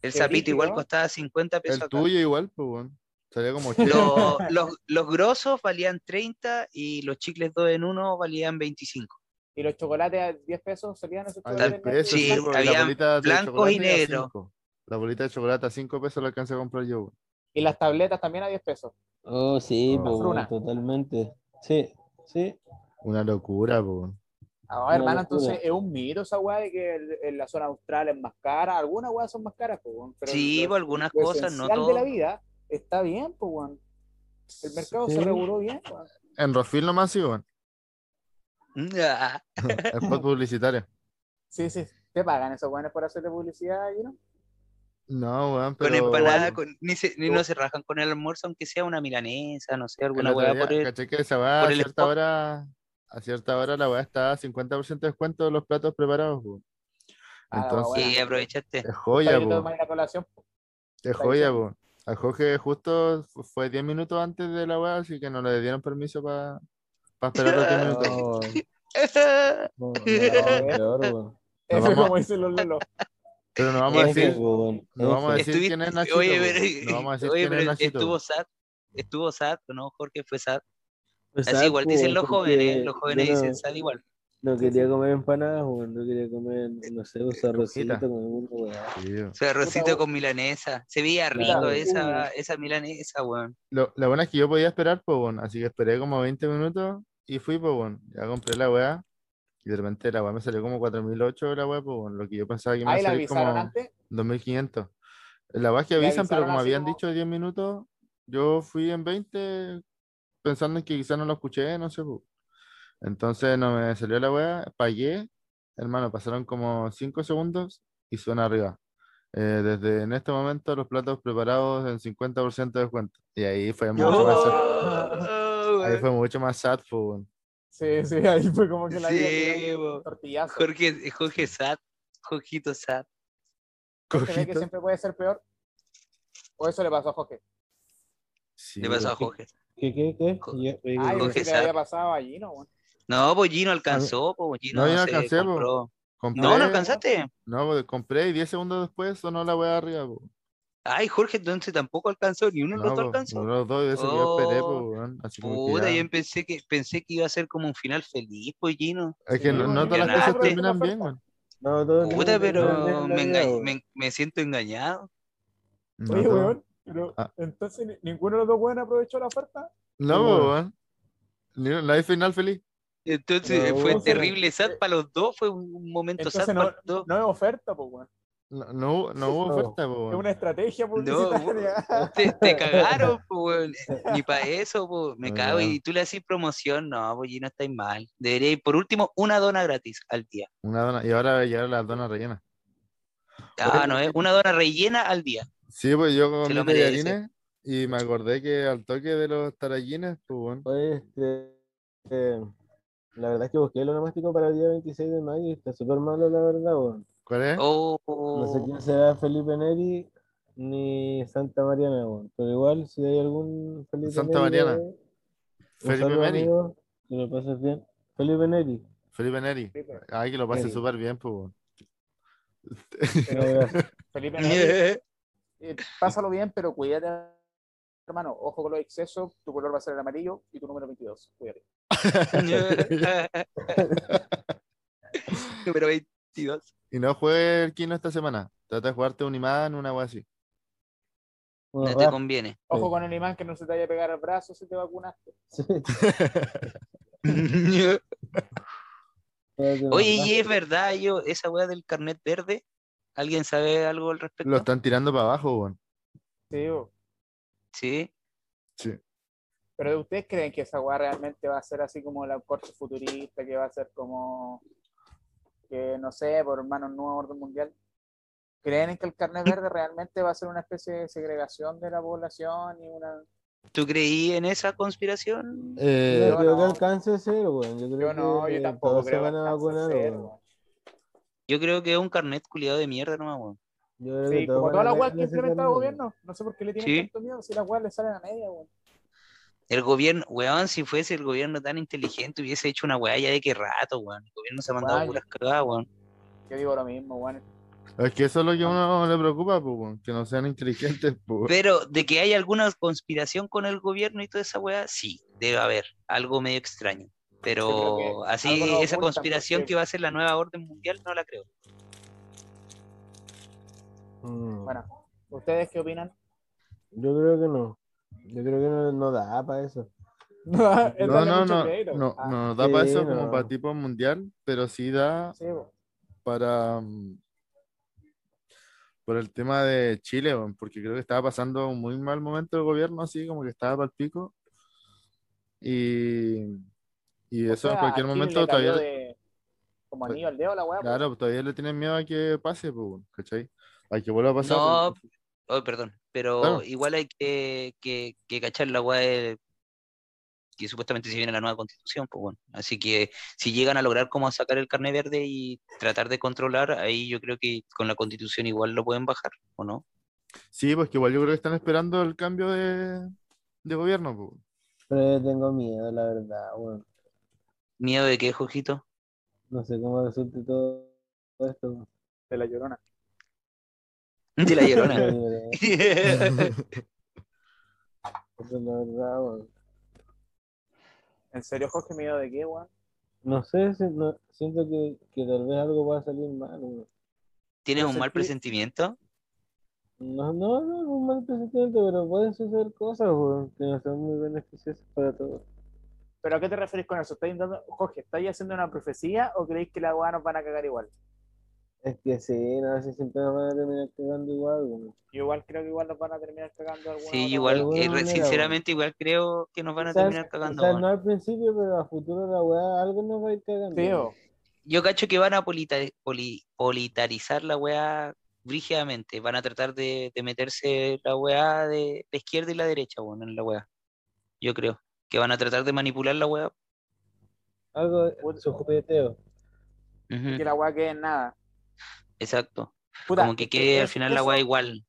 Speaker 5: qué
Speaker 2: sapito igual
Speaker 5: brígido.
Speaker 2: costaba 50 pesos.
Speaker 4: El
Speaker 2: acá.
Speaker 4: tuyo igual, pues, weón. Salía como 80.
Speaker 2: Los, los, los grosos valían 30 y los chicles 2 en 1 valían 25.
Speaker 5: Y los chocolates a 10 pesos salían esos
Speaker 4: Al
Speaker 5: chocolates.
Speaker 4: peso,
Speaker 2: sí,
Speaker 5: negros.
Speaker 4: porque
Speaker 2: habían
Speaker 4: bolita de
Speaker 2: blancos y
Speaker 4: chocolate a
Speaker 2: negros.
Speaker 4: cinco. La bolita de chocolate a 5 pesos la alcancé a comprar yo, weón.
Speaker 5: Y las tabletas también a 10 pesos.
Speaker 1: Oh, sí,
Speaker 4: Ah.
Speaker 1: pues, weón,
Speaker 5: Fruna.
Speaker 1: totalmente. Sí, sí.
Speaker 4: Una locura, pues, weón.
Speaker 5: Ah,
Speaker 1: Una
Speaker 5: hermano,
Speaker 1: locura.
Speaker 5: entonces es un mito esa weá de que el- en la zona austral es más cara. Algunas weas son más caras, pues, weón, pero
Speaker 2: sí,
Speaker 5: lo-
Speaker 2: pues, algunas
Speaker 5: lo
Speaker 2: cosas, no
Speaker 5: esencial de la
Speaker 2: todo.
Speaker 5: vida está bien, pues, weón. El mercado
Speaker 1: Sí.
Speaker 5: se reguló bien, weón.
Speaker 4: En Rofil nomás sí, weón.
Speaker 2: Ah,
Speaker 4: Spot publicitario.
Speaker 5: Sí, sí. Te pagan esos weones por hacerle publicidad, ¿no?
Speaker 4: No, weón, pero...
Speaker 2: con empanada,
Speaker 4: igual,
Speaker 2: con- ni, se- ni no se rajan con el almuerzo, aunque sea una milanesa, no sé,
Speaker 4: el
Speaker 2: alguna
Speaker 4: otro
Speaker 2: hueá
Speaker 4: día
Speaker 2: por el-
Speaker 4: caché que esa weá a
Speaker 2: por el
Speaker 4: cierta
Speaker 2: spot.
Speaker 4: hora... A cierta hora la weá está a 50% de descuento de los platos preparados, weón.
Speaker 5: Ah, la
Speaker 4: Entonces, pues,
Speaker 5: weá
Speaker 2: Sí, aprovechaste.
Speaker 4: es joya,
Speaker 5: Para que
Speaker 4: weón.
Speaker 5: tomen la colación.
Speaker 4: Es
Speaker 5: Está
Speaker 4: joya,
Speaker 5: bien.
Speaker 4: po. Al Jorge justo fu- fue 10 minutos antes de la weá, así que no le dieron permiso para esperar los 10
Speaker 2: Ah.
Speaker 4: minutos.
Speaker 1: No, no, no,
Speaker 5: Eh.
Speaker 1: peor, weón.
Speaker 5: Eso es
Speaker 4: vamos-
Speaker 5: como dicen los lolos.
Speaker 4: Pero no vamos a
Speaker 1: F,
Speaker 4: decir,
Speaker 1: weón,
Speaker 4: no vamos a
Speaker 1: F.
Speaker 4: decir quién es Nachito.
Speaker 2: oye,
Speaker 4: po.
Speaker 2: pero,
Speaker 4: No vamos a decir
Speaker 2: oye,
Speaker 4: quién es
Speaker 2: pero
Speaker 4: Nachito.
Speaker 2: estuvo sad, estuvo sad, ¿no? Jorge fue sad.
Speaker 1: Pues,
Speaker 2: Así
Speaker 1: ah,
Speaker 2: igual
Speaker 1: pues,
Speaker 2: dicen los
Speaker 1: porque
Speaker 2: jóvenes, ¿eh? los
Speaker 1: yo
Speaker 2: jóvenes
Speaker 1: no-
Speaker 2: dicen sad igual.
Speaker 1: No quería comer empanadas, weón. No quería comer, no sé, un arrocito
Speaker 4: hojita.
Speaker 1: con alguna weá.
Speaker 4: Sí, po.
Speaker 2: O sea, arrocito
Speaker 5: Puta,
Speaker 2: con milanesa. Se veía rico
Speaker 1: Claro.
Speaker 2: esa, esa milanesa, weón.
Speaker 4: Lo, la buena es que yo podía esperar, po, weón, así que esperé como 20 minutos y fui, po, weón. Ya compré la weá y de repente la weá me salió como 4008 la weá, po, weón, lo que yo pensaba que me iba a
Speaker 5: Ahí la
Speaker 4: salir
Speaker 5: avisaron
Speaker 4: como
Speaker 5: antes.
Speaker 4: 2500. La weá es que
Speaker 5: Le
Speaker 4: avisan, pero
Speaker 5: avisaron
Speaker 4: como
Speaker 5: así
Speaker 4: habían
Speaker 5: como-
Speaker 4: dicho 10 minutos, yo fui en 20 pensando en que quizás no lo escuché, no sé. po. Entonces no me salió la weá, pagué, hermano, pasaron como 5 segundos y suena arriba. Eh, desde en este momento los platos preparados en 50% de descuento. Y ahí fue mucho más sad.
Speaker 2: Oh,
Speaker 4: Ahí
Speaker 2: weón.
Speaker 4: fue mucho más sad, po, weón.
Speaker 5: Sí, sí, ahí fue como que la vida
Speaker 2: Sí, pues.
Speaker 5: tiró un
Speaker 2: bo.
Speaker 5: tortillazo.
Speaker 2: Jorge, Jorge sad, Jorgito sad.
Speaker 5: Se ve que
Speaker 4: Cojito.
Speaker 5: siempre puede ser peor. O eso le pasó a Jorge.
Speaker 4: Sí,
Speaker 2: Le pasó a
Speaker 4: weón.
Speaker 2: Jorge.
Speaker 1: ¿Qué, qué, qué?
Speaker 2: Co-
Speaker 1: Yo- yo-
Speaker 5: Ah, yo pensé
Speaker 2: Jorge
Speaker 5: que le
Speaker 2: Sá.
Speaker 5: había pasado allí, ¿no? weón?
Speaker 2: No, pues Gino alcanzó, pues Gino
Speaker 4: No, yo
Speaker 2: no
Speaker 4: no
Speaker 2: se
Speaker 4: alcancé, po.
Speaker 2: compró.
Speaker 4: Compré,
Speaker 2: No, no alcanzaste.
Speaker 4: no, po, compré y 10 segundos después sonó la weá arriba, po.
Speaker 2: Ay, Jorge, entonces tampoco alcanzó, ni uno de los dos
Speaker 4: po,
Speaker 2: alcanzó.
Speaker 4: uno de los dos, de eso que yo esperé, po,
Speaker 2: Oh,
Speaker 4: weón. Así pues, como que
Speaker 2: Puta,
Speaker 4: ya.
Speaker 2: yo pensé que pensé que iba a ser como un final feliz, pues Gino.
Speaker 4: Es que
Speaker 5: Sí,
Speaker 4: no,
Speaker 5: weón,
Speaker 4: no todas las
Speaker 2: ganaste.
Speaker 4: cosas terminan bien, weón.
Speaker 1: No, todo
Speaker 2: Puta,
Speaker 1: todo- todo
Speaker 2: pero
Speaker 1: en la
Speaker 2: me,
Speaker 1: vida,
Speaker 2: enga-
Speaker 1: weón.
Speaker 2: me, me siento engañado.
Speaker 4: No,
Speaker 5: Oye,
Speaker 4: todo-
Speaker 5: weón, pero
Speaker 4: Ah.
Speaker 5: entonces ni- ninguno de los dos weones aprovechó la oferta.
Speaker 4: No,
Speaker 1: Sí,
Speaker 4: po,
Speaker 1: weón.
Speaker 4: weón. Ni- No hay final feliz.
Speaker 2: Entonces
Speaker 1: No,
Speaker 2: fue
Speaker 1: entonces-
Speaker 2: terrible sad para los dos, fue un un momento sad
Speaker 5: Entonces no,
Speaker 2: para los dos.
Speaker 5: no es oferta, pues, weón.
Speaker 4: No, no hubo- no hubo
Speaker 1: No.
Speaker 4: oferta, po,
Speaker 5: Es
Speaker 4: weón.
Speaker 5: una estrategia publicitaria.
Speaker 2: No, te, te cagaron, po, weón. ni para eso, po. me
Speaker 4: Ah,
Speaker 2: cago.
Speaker 4: ya.
Speaker 2: Y tú le haces promoción, no, pues no estáis mal. Debería ir por último una dona gratis al día.
Speaker 4: Una dona. Y ahora llegaron las donas rellenas.
Speaker 2: Ah, no, es una dona rellena al día.
Speaker 4: Sí, pues yo comí
Speaker 2: lo merece.
Speaker 4: tallarines y me acordé que al toque de los tallarines, pues, weón.
Speaker 1: Oye, este, eh, la verdad es que busqué el onomástico para el día 26 de mayo y está súper malo, la verdad, weón.
Speaker 4: ¿Cuál es?
Speaker 2: Oh,
Speaker 1: ¿Eh? No sé quién será Felipe Neri ni Santa Mariana, weón. Pero igual, si hay algún Felipe
Speaker 4: Santa
Speaker 1: Neri,
Speaker 4: Mariana.
Speaker 1: weón, un
Speaker 4: Felipe
Speaker 1: saludo,
Speaker 4: Neri.
Speaker 1: amigo, que lo pases bien. Felipe Neri.
Speaker 4: Felipe Neri. Ay, que lo pase
Speaker 1: Neri.
Speaker 4: súper bien, pues, weón.
Speaker 1: No, gracias.
Speaker 5: Felipe,
Speaker 2: Yeah.
Speaker 5: eh, pásalo bien, pero cuídate, hermano. Ojo con los excesos. Tu color va a ser el amarillo y tu número 22. Cuídate.
Speaker 2: Número 22.
Speaker 4: Y no juegue el Kino esta semana. Trata de jugarte un imán, una agua así.
Speaker 1: Bueno,
Speaker 2: No te
Speaker 1: ah,
Speaker 2: conviene.
Speaker 5: Ojo
Speaker 1: Sí.
Speaker 5: con el imán que no se te vaya a pegar al brazo si te vacunaste.
Speaker 1: sí, espérate,
Speaker 2: Oye,
Speaker 1: ah,
Speaker 2: y es verdad, yo, esa weá del carnet verde, ¿alguien sabe algo al respecto?
Speaker 4: Lo están tirando para abajo, weón.
Speaker 5: Sí, bo.
Speaker 2: Sí.
Speaker 5: pero ¿ustedes creen que esa weá realmente va a ser así como la corte futurista, que va a ser como, que no sé, por hermanos nuevo orden mundial? ¿Creen que el carnet verde realmente va a ser una especie de segregación de la población y una...
Speaker 2: ¿Tú creí en esa conspiración?
Speaker 4: Eh,
Speaker 1: Yo
Speaker 5: Yo
Speaker 1: creo que
Speaker 5: no.
Speaker 1: alcance cero, weón. Yo creo
Speaker 5: Yo no,
Speaker 1: que
Speaker 5: yo
Speaker 1: eh,
Speaker 5: tampoco
Speaker 1: todos se
Speaker 5: creo que
Speaker 1: van a
Speaker 5: alcance a
Speaker 1: vacunar,
Speaker 5: ser,
Speaker 1: weón.
Speaker 5: weón.
Speaker 2: Yo creo que es un carnet culiado de mierda nomás, weón.
Speaker 1: Yo creo que
Speaker 5: Sí,
Speaker 1: todos
Speaker 5: como
Speaker 1: van
Speaker 5: toda
Speaker 1: a
Speaker 5: la
Speaker 1: caer
Speaker 5: weá
Speaker 1: en
Speaker 5: que
Speaker 1: ese
Speaker 5: implementa el
Speaker 1: carnet,
Speaker 5: gobierno, no sé por qué le tienen
Speaker 2: Sí.
Speaker 5: tanto miedo si las weas le salen a media, weón.
Speaker 2: El gobierno, weón, si fuese el gobierno tan inteligente, hubiese hecho una weá ya de qué rato, weón. El gobierno se ha mandado
Speaker 5: Vaya.
Speaker 2: puras cagadas, weón.
Speaker 5: Yo digo lo mismo, weón.
Speaker 4: es que eso es lo
Speaker 5: Ah.
Speaker 4: que a uno le preocupa, pues, weón. Que no sean inteligentes, pues. weón.
Speaker 2: Pero de que hay alguna conspiración con el gobierno y toda esa weá, sí, debe haber. Algo medio extraño.
Speaker 5: Yo creo
Speaker 2: Pero
Speaker 5: que
Speaker 2: así,
Speaker 5: algo nos
Speaker 2: esa
Speaker 5: ocultan,
Speaker 2: conspiración
Speaker 5: porque-
Speaker 2: que va a ser la nueva orden mundial, no la creo.
Speaker 1: Mm.
Speaker 5: Bueno, ¿ustedes qué opinan?
Speaker 1: Yo creo que no. Yo creo que no, no da para eso.
Speaker 5: no,
Speaker 4: No, no, no, no,
Speaker 5: Ah,
Speaker 4: no da para
Speaker 1: sí,
Speaker 4: eso como
Speaker 1: no.
Speaker 4: para tipo mundial, pero sí da
Speaker 5: sí, bo.
Speaker 4: para mm, por el tema de Chile, weón, porque creo que estaba pasando un muy mal momento el gobierno, así como que estaba para el pico. Y, y
Speaker 5: O
Speaker 4: eso en
Speaker 5: sea,
Speaker 4: cualquier
Speaker 5: a Chile
Speaker 4: momento
Speaker 5: le cayó
Speaker 4: todavía,
Speaker 5: de- como
Speaker 1: Pues
Speaker 5: anillo al dedo la weá. pues.
Speaker 4: claro, todavía le tienen miedo a que pase, pues, weón, ¿cachai? A que vuelva a pasar. pues.
Speaker 2: No, oh, perdón, pero
Speaker 4: Claro.
Speaker 2: igual hay que, que, que cachar la weá de- que supuestamente se viene la nueva constitución, pues bueno. Así que si llegan a lograr como sacar el carnet verde y tratar de controlar, ahí yo creo que con la constitución igual lo pueden bajar, ¿o no?
Speaker 4: Sí, pues que igual yo creo que están esperando el cambio de, de gobierno, pues. weón.
Speaker 1: Pero yo tengo miedo, la verdad, weón.
Speaker 2: Miedo de que, Jojito,
Speaker 1: No sé cómo resulte todo esto.
Speaker 5: De la llorona.
Speaker 2: de la
Speaker 1: Pero
Speaker 2: llorona.
Speaker 1: eh, eso es la verdad, weón.
Speaker 5: ¿En serio, Jorge, miedo de qué, weón?
Speaker 1: No sé, si- no- siento que, que tal vez algo va a salir mal, weón.
Speaker 2: ¿Tienes un mal
Speaker 1: Presentí-
Speaker 2: presentimiento?
Speaker 1: No, no, no, es un mal presentimiento, pero pueden suceder cosas, weón, que no son muy beneficiosas para todos.
Speaker 5: ¿Pero a qué te refieres con eso? ¿Estáis dando... Jorge, ¿estáis haciendo una profecía o creéis que la weá nos van a cagar igual?
Speaker 1: Es que sí, no sé, siempre nos van a terminar cagando igual, weón.
Speaker 5: Yo igual creo que igual nos van a terminar cagando alguna
Speaker 2: Sí,
Speaker 5: otra
Speaker 2: igual,
Speaker 1: alguna
Speaker 2: eh, re-
Speaker 1: manera, weón.
Speaker 2: sinceramente igual creo que nos van a
Speaker 1: Quizás-
Speaker 2: terminar cagando.
Speaker 1: quizás
Speaker 2: weón.
Speaker 1: no al principio, pero a futuro la weá algo nos va a ir cagando.
Speaker 5: Sí,
Speaker 1: weón.
Speaker 5: bo.
Speaker 2: Yo cacho que van a polita- poli- politarizar la weá brígidamente. Van a tratar de, de meterse la weá de la izquierda y la derecha, bueno, en la weá. Yo creo que van a tratar de manipular la weá.
Speaker 1: Algo, su jugueteo.
Speaker 2: Ujú,
Speaker 5: que la weá quede en nada.
Speaker 2: Exacto.
Speaker 5: Puta,
Speaker 2: Como que quede al
Speaker 5: es-
Speaker 2: final la
Speaker 5: eso-
Speaker 2: weá igual.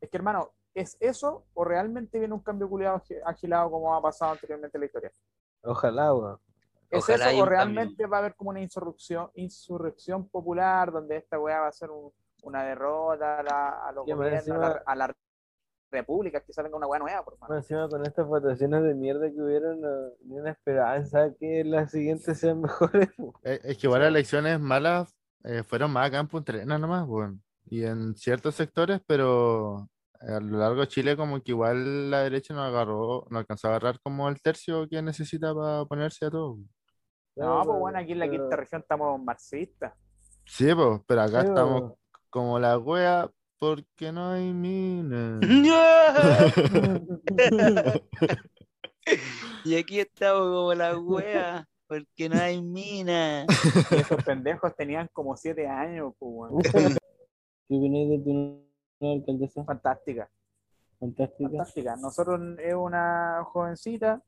Speaker 5: Es que, hermano, ¿es eso o realmente viene un cambio culiado agilado como ha pasado anteriormente en la historia?
Speaker 1: Ojalá, weón.
Speaker 5: ¿Es
Speaker 2: Ojalá haya
Speaker 5: eso o
Speaker 2: un cambio.
Speaker 5: realmente va a haber como una insurrección, insurrección popular donde esta weá va a ser un- una derrota a, la- a los
Speaker 1: Que más
Speaker 5: gobiernos, a, la,
Speaker 1: encima-
Speaker 5: a las repúblicas que salga una weá nueva, por
Speaker 1: Más
Speaker 5: mano?
Speaker 1: Encima con estas votaciones de mierda que hubieron, no, ni una esperanza que las siguientes sean mejores. po.
Speaker 4: Eh, Es que igual las elecciones malas eh, fueron más acá en Punta Arenas nomás, weón. Y en ciertos sectores, pero a lo largo de Chile como que igual la derecha no agarró, no alcanzó a agarrar como el tercio que necesita para ponerse a todo.
Speaker 5: No, pues bueno, aquí en la quinta región estamos marxistas.
Speaker 4: Sí, pues, pero acá estamos
Speaker 1: estamos.
Speaker 4: como la wea porque no hay mina.
Speaker 2: y aquí estamos como la wea, porque no hay mina.
Speaker 5: Y esos pendejos tenían como siete años, pues bueno.
Speaker 1: ¿Qué opináis de tu nueva alcaldesa?
Speaker 5: Fantástica.
Speaker 1: Fantástica.
Speaker 5: fantástica. Nosotros es una jovencita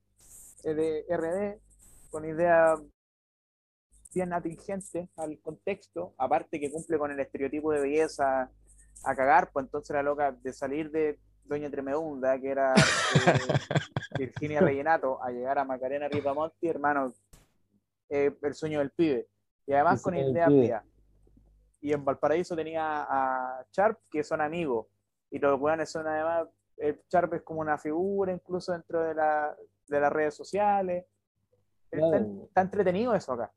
Speaker 5: eh, de RD con ideas bien atingentes al contexto, aparte que cumple con el estereotipo de belleza a cagar, pues entonces la loca de salir de Doña Tremenda, que era eh, Virginia Rellenato, a llegar a Macarena Ripamonti, hermano, eh, el sueño del pibe. Y además
Speaker 1: El
Speaker 5: con
Speaker 1: sueño del
Speaker 5: ideas
Speaker 1: pibe.
Speaker 5: frías. Y en Valparaíso tenía a Sharp, que son amigos. Y los weones son además el eh, Sharp es como una figura incluso dentro de, la, de las redes sociales. Está,
Speaker 1: Claro.
Speaker 5: está entretenido eso acá.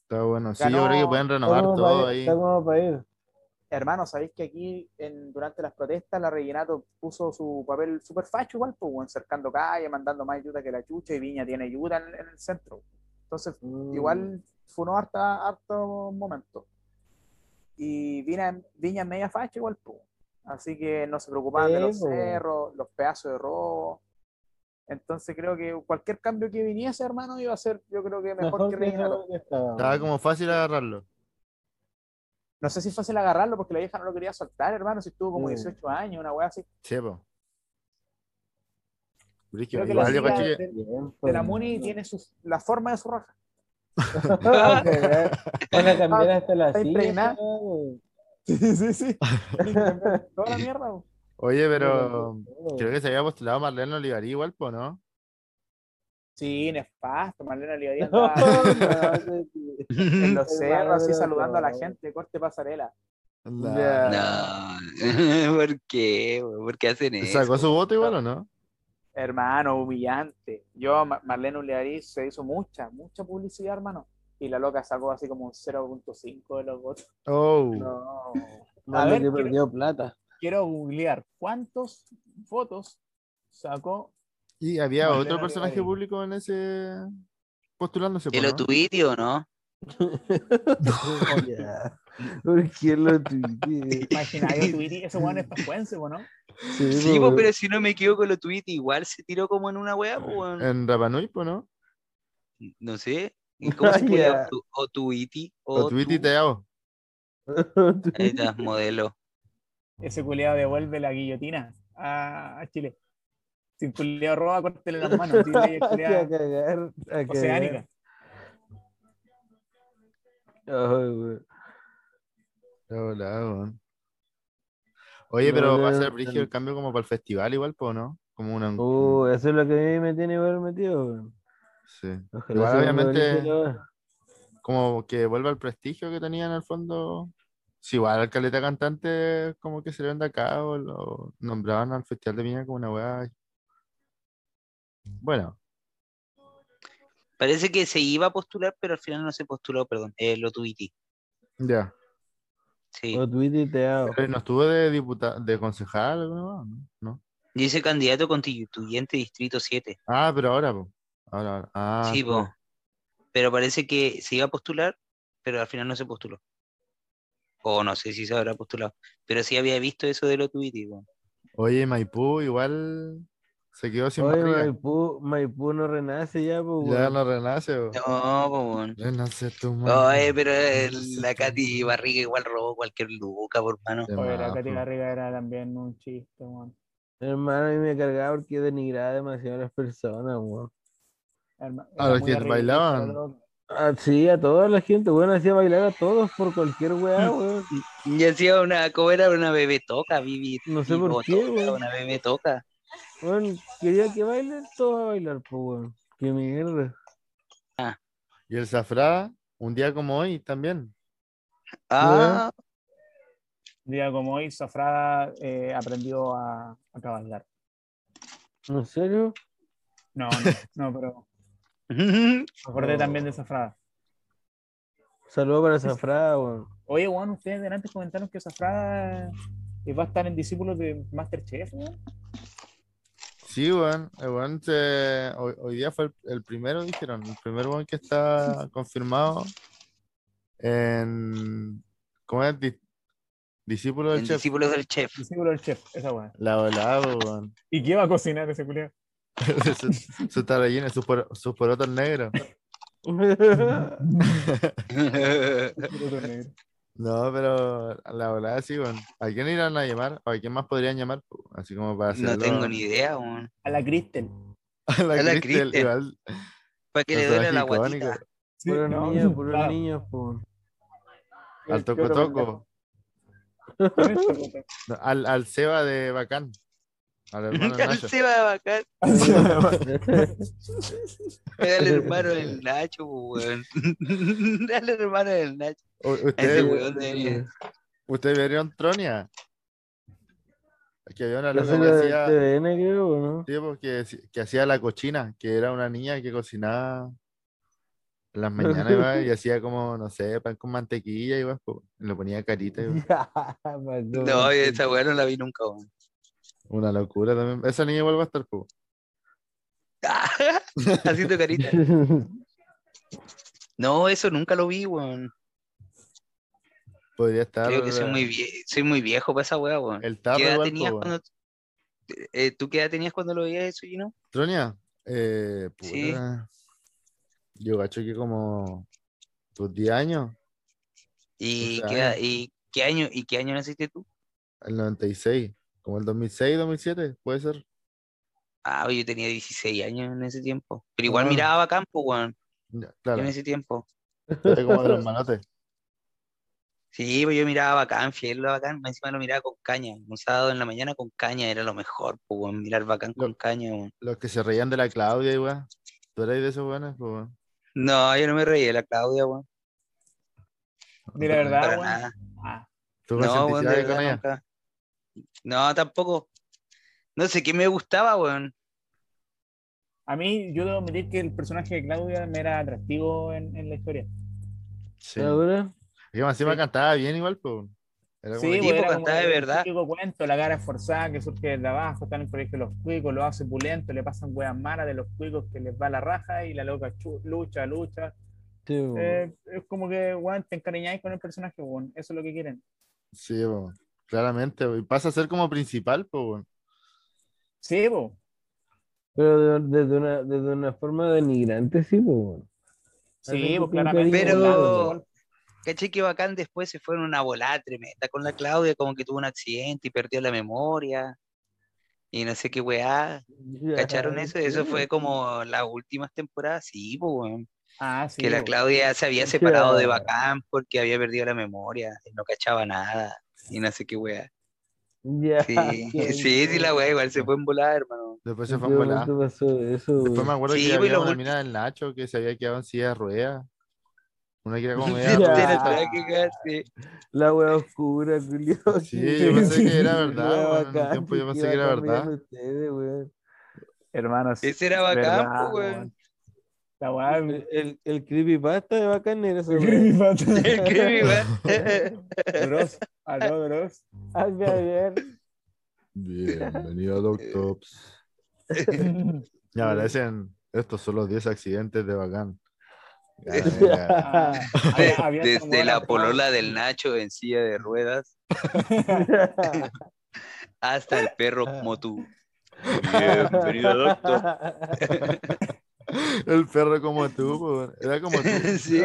Speaker 4: Está bueno. Sí,
Speaker 5: Ganó-
Speaker 4: yo creo que pueden
Speaker 1: Está
Speaker 4: renovar
Speaker 1: como
Speaker 4: todo
Speaker 1: para ir,
Speaker 4: ahí.
Speaker 1: está como para ir.
Speaker 5: Hermano, ¿sabéis que aquí en- durante las protestas la Rellenato puso su papel super facho igual, pues, weón, cercando calle, mandando más ayuda que la chucha y Viña tiene ayuda en, en el centro. Entonces,
Speaker 1: Mm.
Speaker 5: igual funó harta, harto momento. Y Viña, Viña es media facha igual, pues. Así que no se preocupaban de
Speaker 1: Sí,
Speaker 5: los
Speaker 1: po.
Speaker 5: cerros, los pedazos de robo. Entonces creo que cualquier cambio que viniese, hermano, iba a ser, yo creo que mejor, que Rellenato.
Speaker 1: eso que estaba.
Speaker 4: Estaba como fácil agarrarlo.
Speaker 5: No sé si es fácil agarrarlo porque la vieja no lo quería soltar, hermano, si estuvo como
Speaker 1: Mm.
Speaker 5: 18 años, una weá así.
Speaker 4: Sí, pues. Brigio,
Speaker 5: Creo que la
Speaker 4: Igual yo
Speaker 5: silla
Speaker 4: caché que.
Speaker 5: de,
Speaker 1: Bien,
Speaker 5: de la
Speaker 1: pues.
Speaker 5: Muni tiene su, la forma de su raja.
Speaker 1: Ah, cagar. Van a cambiar hasta la
Speaker 5: Ah, Está
Speaker 1: silla.
Speaker 5: impregnada. Sí, sí, sí. Toda la mierda. bo.
Speaker 4: Oye, pero. Creo que se había postulado Marlene Olivarí igual, pues, ¿no?
Speaker 5: Sí, nefasto, Marlena Olivaría
Speaker 1: No,
Speaker 5: andaba
Speaker 1: no, sí.
Speaker 5: en los
Speaker 1: Es
Speaker 5: cerros así
Speaker 1: bárbaro,
Speaker 5: saludando a la
Speaker 1: no.
Speaker 5: gente, corte pasarela.
Speaker 4: La-
Speaker 2: No, ¿por qué? weón? ¿Por qué hacen eso?
Speaker 4: ¿Sacó su voto igual o no?
Speaker 5: Hermano, humillante. Yo, Ma- Marlena Olivarí se hizo mucha, mucha publicidad, hermano. Y la loca sacó así como un 0.5 de los votos.
Speaker 4: Oh.
Speaker 5: No.
Speaker 1: Más
Speaker 5: A
Speaker 1: lo
Speaker 5: ver,
Speaker 1: que
Speaker 5: creo-
Speaker 1: perdió plata.
Speaker 5: Quiero googlear cuántos votos sacó.
Speaker 4: Y había
Speaker 5: Marlene
Speaker 4: otro personaje
Speaker 5: Olivares.
Speaker 4: público en ese. postulándose.
Speaker 2: ¿Te
Speaker 4: pues,
Speaker 2: lo
Speaker 4: ¿no?
Speaker 2: tuiteé o no?
Speaker 1: Oh, ¿Por qué lo tuiteé?
Speaker 5: Imagina, yo tuiteé, ese weón es pascuense, ¿no?
Speaker 2: Sí, pues, pero si no me equivoco, lo tuiteé igual se tiró como en una wea, pues, weón.
Speaker 4: En Rapanui, pues, ¿no?
Speaker 2: no sé. ¿Y ¿Cómo se ponía?
Speaker 1: Ya.
Speaker 2: Tu- O tuiti.
Speaker 4: O
Speaker 2: O
Speaker 4: Twitty
Speaker 2: tu-
Speaker 4: te hago.
Speaker 2: Ahí estás, modelo.
Speaker 5: Ese culeado devuelve la guillotina a, a Chile. Si el culeado roba, córtele las manos. Si la ley es
Speaker 1: a
Speaker 5: culeada
Speaker 1: cagar. A cagar.
Speaker 5: oceánica.
Speaker 1: Ay, güey.
Speaker 4: Hola, weón. Oye,
Speaker 1: No,
Speaker 4: pero
Speaker 1: no,
Speaker 4: va a
Speaker 1: no,
Speaker 4: ser
Speaker 1: no.
Speaker 4: brígido el cambio como para el festival igual, pues, ¿no? Como una...
Speaker 1: Uh, eso es lo que a mí me tiene igual metido. güey.
Speaker 4: Sí.
Speaker 1: Ojalá
Speaker 4: Igual,
Speaker 1: se me
Speaker 4: obviamente-
Speaker 1: organice la hora.
Speaker 4: Como que vuelva el prestigio que tenía en el fondo. Si igual al caleta cantante como que se le vende acá o lo nombraban al Festival de Viña como una weá. Bueno,
Speaker 2: Parece que se iba a postular, pero al final no se postuló, perdón. Eh, lo tuiteé.
Speaker 4: ya.
Speaker 2: Sí.
Speaker 1: O tuiteado.
Speaker 4: Pero no estuvo de diputado, de concejal alguna weá, ¿no? ¿no?
Speaker 2: Dice candidato constituyente distrito 7.
Speaker 4: Ah, pero ahora, po. Ahora, ahora. Ah,
Speaker 2: sí, po.
Speaker 4: po.
Speaker 2: Pero parece que se iba a postular, pero al final no se postuló. O no sé si se habrá postulado. Pero sí había visto eso de lo tuiteé, weón.
Speaker 4: Oye, Maipú igual se quedó sin
Speaker 1: Oye,
Speaker 4: barriga.
Speaker 1: Maipú, Maipú no renace ya, pues,
Speaker 4: Ya
Speaker 1: güey.
Speaker 4: no renace, po.
Speaker 2: No, po, weón.
Speaker 4: Renace tu
Speaker 2: Oye,
Speaker 4: madre.
Speaker 2: eh, pero el- la Katy Barriga igual robó cualquier luca, por mano.
Speaker 4: Te
Speaker 5: Oye, la
Speaker 4: majo.
Speaker 5: Katy Garriga era también un chiste, weón.
Speaker 1: Hermano, a mí me cargaba porque denigraba demasiado a las personas, güey.
Speaker 5: Herma-
Speaker 4: A
Speaker 5: era
Speaker 4: Ah, los
Speaker 5: muy
Speaker 4: que
Speaker 5: arribista,
Speaker 4: bailaban.
Speaker 5: loco.
Speaker 1: Ah, sí, a toda la gente, bueno, hacía bailar a todos por cualquier weá,
Speaker 5: Mm.
Speaker 1: weón.
Speaker 2: Y hacía una, ¿cómo era? Una bebé toca, Vivi.
Speaker 1: No sé por
Speaker 2: Vivo
Speaker 1: qué,
Speaker 2: toca,
Speaker 1: weón.
Speaker 2: Una bebé toca.
Speaker 1: Bueno, quería que bailen, todos a bailar, pues, weón. Qué mierda.
Speaker 4: Y el Zafrada, un día como hoy también.
Speaker 2: Ah,
Speaker 5: Un día como hoy, Zafrada eh, aprendió a, a cabalgar.
Speaker 1: ¿En serio?
Speaker 5: No, no, no, pero me acordé
Speaker 1: No.
Speaker 5: también de Zafrada.
Speaker 1: Saludos para Zafrada, weón.
Speaker 5: Oye, weón, ustedes delante comentaron que Zafrada eh, va a estar en discípulos de Masterchef, weón.
Speaker 4: Sí, weón. El weón se- hoy, hoy día fue el, el primero, dijeron. El primer weón que está confirmado en. ¿Cómo es? Dis- discípulo del
Speaker 2: En
Speaker 4: chef.
Speaker 2: discípulos del chef.
Speaker 5: Discípulo del chef, esa weá.
Speaker 4: La volada, weón.
Speaker 5: ¿Y qué va a cocinar ese culiao?
Speaker 4: su, su relleno, sus, por- sus porotos negros.
Speaker 5: Discípulo del negro.
Speaker 4: No, pero la volada sí, weón. ¿A quién irán a llamar? ¿O a quién más podrían llamar? Así como para
Speaker 2: no
Speaker 4: hacerlo.
Speaker 2: tengo ni idea, weón.
Speaker 5: A la Kristen.
Speaker 4: A la
Speaker 2: A la
Speaker 4: Cristel,
Speaker 2: Cristel.
Speaker 4: igual.
Speaker 2: Para que le
Speaker 4: personaje
Speaker 2: duele la
Speaker 4: icónico.
Speaker 2: guatita.
Speaker 5: Sí,
Speaker 1: Puros
Speaker 5: no,
Speaker 1: niños, puros
Speaker 5: claro.
Speaker 1: niños, po.
Speaker 4: Al Toco Toco. No, Al, al Seba de Bacán. Al hermano de
Speaker 2: Al
Speaker 4: Nacho.
Speaker 2: Seba de Bacán, era el hermano del Nacho, weón. Era el hermano del Nacho.
Speaker 4: U-
Speaker 2: Ese
Speaker 4: Ustedes
Speaker 2: weón debería.
Speaker 4: ustedes vieron Tronia. Que había una
Speaker 1: La
Speaker 4: loca que
Speaker 1: serie de este
Speaker 4: hacía-
Speaker 1: TVN, creo, ¿o ¿no?
Speaker 4: sí, pues, que- que hacía la cochina, que era una niña que cocinaba en las mañanas iba, y hacía como, no sé, pan con mantequilla y le ponía carita. y, weón.
Speaker 1: Perdón.
Speaker 2: No, esa weón no la vi nunca, weón.
Speaker 4: Una locura también. Esa niña igual va a estar. po.
Speaker 2: Haciendo carita. No, eso nunca lo vi, weón.
Speaker 4: Podría estar.
Speaker 2: Creo que soy muy, vie- soy muy viejo para esa weá, weón.
Speaker 4: El tapo
Speaker 2: ¿Qué edad
Speaker 4: igual,
Speaker 2: tenías
Speaker 4: po, weón.
Speaker 2: cuando... eh, ¿Tú qué edad tenías cuando lo veías eso, Gino?
Speaker 4: Tronia, eh,
Speaker 2: Sí.
Speaker 4: puta, yo gacho que como tus 10 años,
Speaker 2: ¿Y,
Speaker 4: Doce
Speaker 2: qué, edad- y, qué año, ¿Y qué año naciste tú?
Speaker 4: el 96, como el 2006, 2007, puede ser.
Speaker 2: Ah, yo tenía 16 años en ese tiempo. Pero igual
Speaker 4: Ah.
Speaker 2: miraba campo, weón.
Speaker 4: Ya,
Speaker 2: yo
Speaker 4: Claro,
Speaker 2: en ese tiempo.
Speaker 4: era como de los malotes.
Speaker 2: Sí, pues yo miraba bacán, fiel, lo bacán. más Encima lo miraba con caña. Un sábado en la mañana con caña era lo mejor, pues, weón. Mirar bacán con
Speaker 4: Lo-
Speaker 2: caña, weón.
Speaker 4: Los que se reían de la Claudia, igual. ¿Tú eres de esos buenos? po, weón?
Speaker 2: No, yo no me reía de la Claudia, weón.
Speaker 5: Mira, la verdad,
Speaker 2: para
Speaker 5: weón.
Speaker 2: nada.
Speaker 5: Ah,
Speaker 4: ¿Tú
Speaker 2: No, weón, de
Speaker 4: consentiste con
Speaker 2: verdad,
Speaker 4: ella?
Speaker 2: nunca. No, tampoco. No sé qué me gustaba, weón.
Speaker 5: a mí, yo debo admitir que el personaje de Claudia me era atractivo en, en la historia.
Speaker 4: Sí.
Speaker 1: ¿Está dura?
Speaker 4: Y más encima
Speaker 5: Sí.
Speaker 4: cantaba bien igual, po. Era como
Speaker 5: Sí,
Speaker 4: que-
Speaker 5: pues, era
Speaker 2: tipo
Speaker 5: como
Speaker 2: cantaba de
Speaker 5: el
Speaker 2: verdad.
Speaker 5: típico cuento, la cara esforzada que surge desde abajo, está en el colegio de los cuicos, lo hace pulento, le pasan weas malas de los cuicos que les va la raja y la loca chu- lucha, lucha.
Speaker 1: Sí,
Speaker 2: Uh.
Speaker 1: po.
Speaker 5: Eh, es como que, weón, te encariñáis con el personaje, weón. Eso es lo que quieren.
Speaker 4: sí, po, claramente. po, Y pasa a ser como principal, po. weón.
Speaker 5: Sí, po.
Speaker 1: Pero de- desde una, desde una forma denigrante, sí, po.
Speaker 5: Sí,
Speaker 1: Algo
Speaker 5: pues
Speaker 1: que
Speaker 5: claramente.
Speaker 1: nunca
Speaker 2: Pero-
Speaker 5: Claro,
Speaker 2: Caché que bacán después se fue en una volada tremenda con la Claudia, como que tuvo un accidente y perdió la memoria. Y no sé qué weá. ¿Cacharon eso? Eso fue como las últimas temporadas, sí, po, weón.
Speaker 5: Ah, sí.
Speaker 2: que la
Speaker 5: po.
Speaker 2: Claudia se había separado de
Speaker 1: Claro.
Speaker 2: Bacán porque había perdido la memoria, y no cachaba nada, y no sé qué weá.
Speaker 1: Ya.
Speaker 2: Sí, sí, sí, la weá igual se fue en volada, hermano.
Speaker 4: Después se
Speaker 1: ¿En
Speaker 4: fue
Speaker 1: qué
Speaker 4: a volar.
Speaker 1: momento pasó eso,
Speaker 4: Después me
Speaker 1: güey?
Speaker 4: acuerdo
Speaker 2: Sí,
Speaker 4: que
Speaker 2: pues,
Speaker 4: había
Speaker 2: los
Speaker 4: una
Speaker 2: ul-
Speaker 4: mina del Nacho que se había quedado en silla de ruedas. Una que era como
Speaker 2: Sí,
Speaker 4: media
Speaker 2: te
Speaker 1: Ya.
Speaker 2: la
Speaker 4: rubita.
Speaker 2: tenía que cagar, sí.
Speaker 1: La wea oscura, Julio.
Speaker 4: Sí, yo pensé que era verdad,
Speaker 1: Wea
Speaker 4: güey, en un
Speaker 1: bacán,
Speaker 4: tiempo yo
Speaker 1: sí,
Speaker 4: pensé que era
Speaker 1: bacán
Speaker 4: verdad.
Speaker 1: mirando ustedes, güey.
Speaker 5: Hermanos.
Speaker 2: Ese era bacán,
Speaker 5: verdad,
Speaker 2: po, weón.
Speaker 5: weón. La weá.
Speaker 1: El, el, el creepypasta de bacán era eso, güey.
Speaker 5: Creepypasta.
Speaker 2: El creepy, weón.
Speaker 5: Bros. Aló, bros.
Speaker 1: Hazme a ver.
Speaker 4: Bienvenido a Doctops. Y ahora dicen, estos son los 10 accidentes de Bacán. Ya, ya.
Speaker 5: Ah,
Speaker 2: De-
Speaker 5: había- había esta
Speaker 2: Desde
Speaker 5: weá,
Speaker 2: la
Speaker 5: po.
Speaker 2: polola del Nacho en silla de ruedas hasta el perro como tú. Bienvenido, doctor.
Speaker 4: El perro como tú, po, weón. era como tú.
Speaker 2: Sí,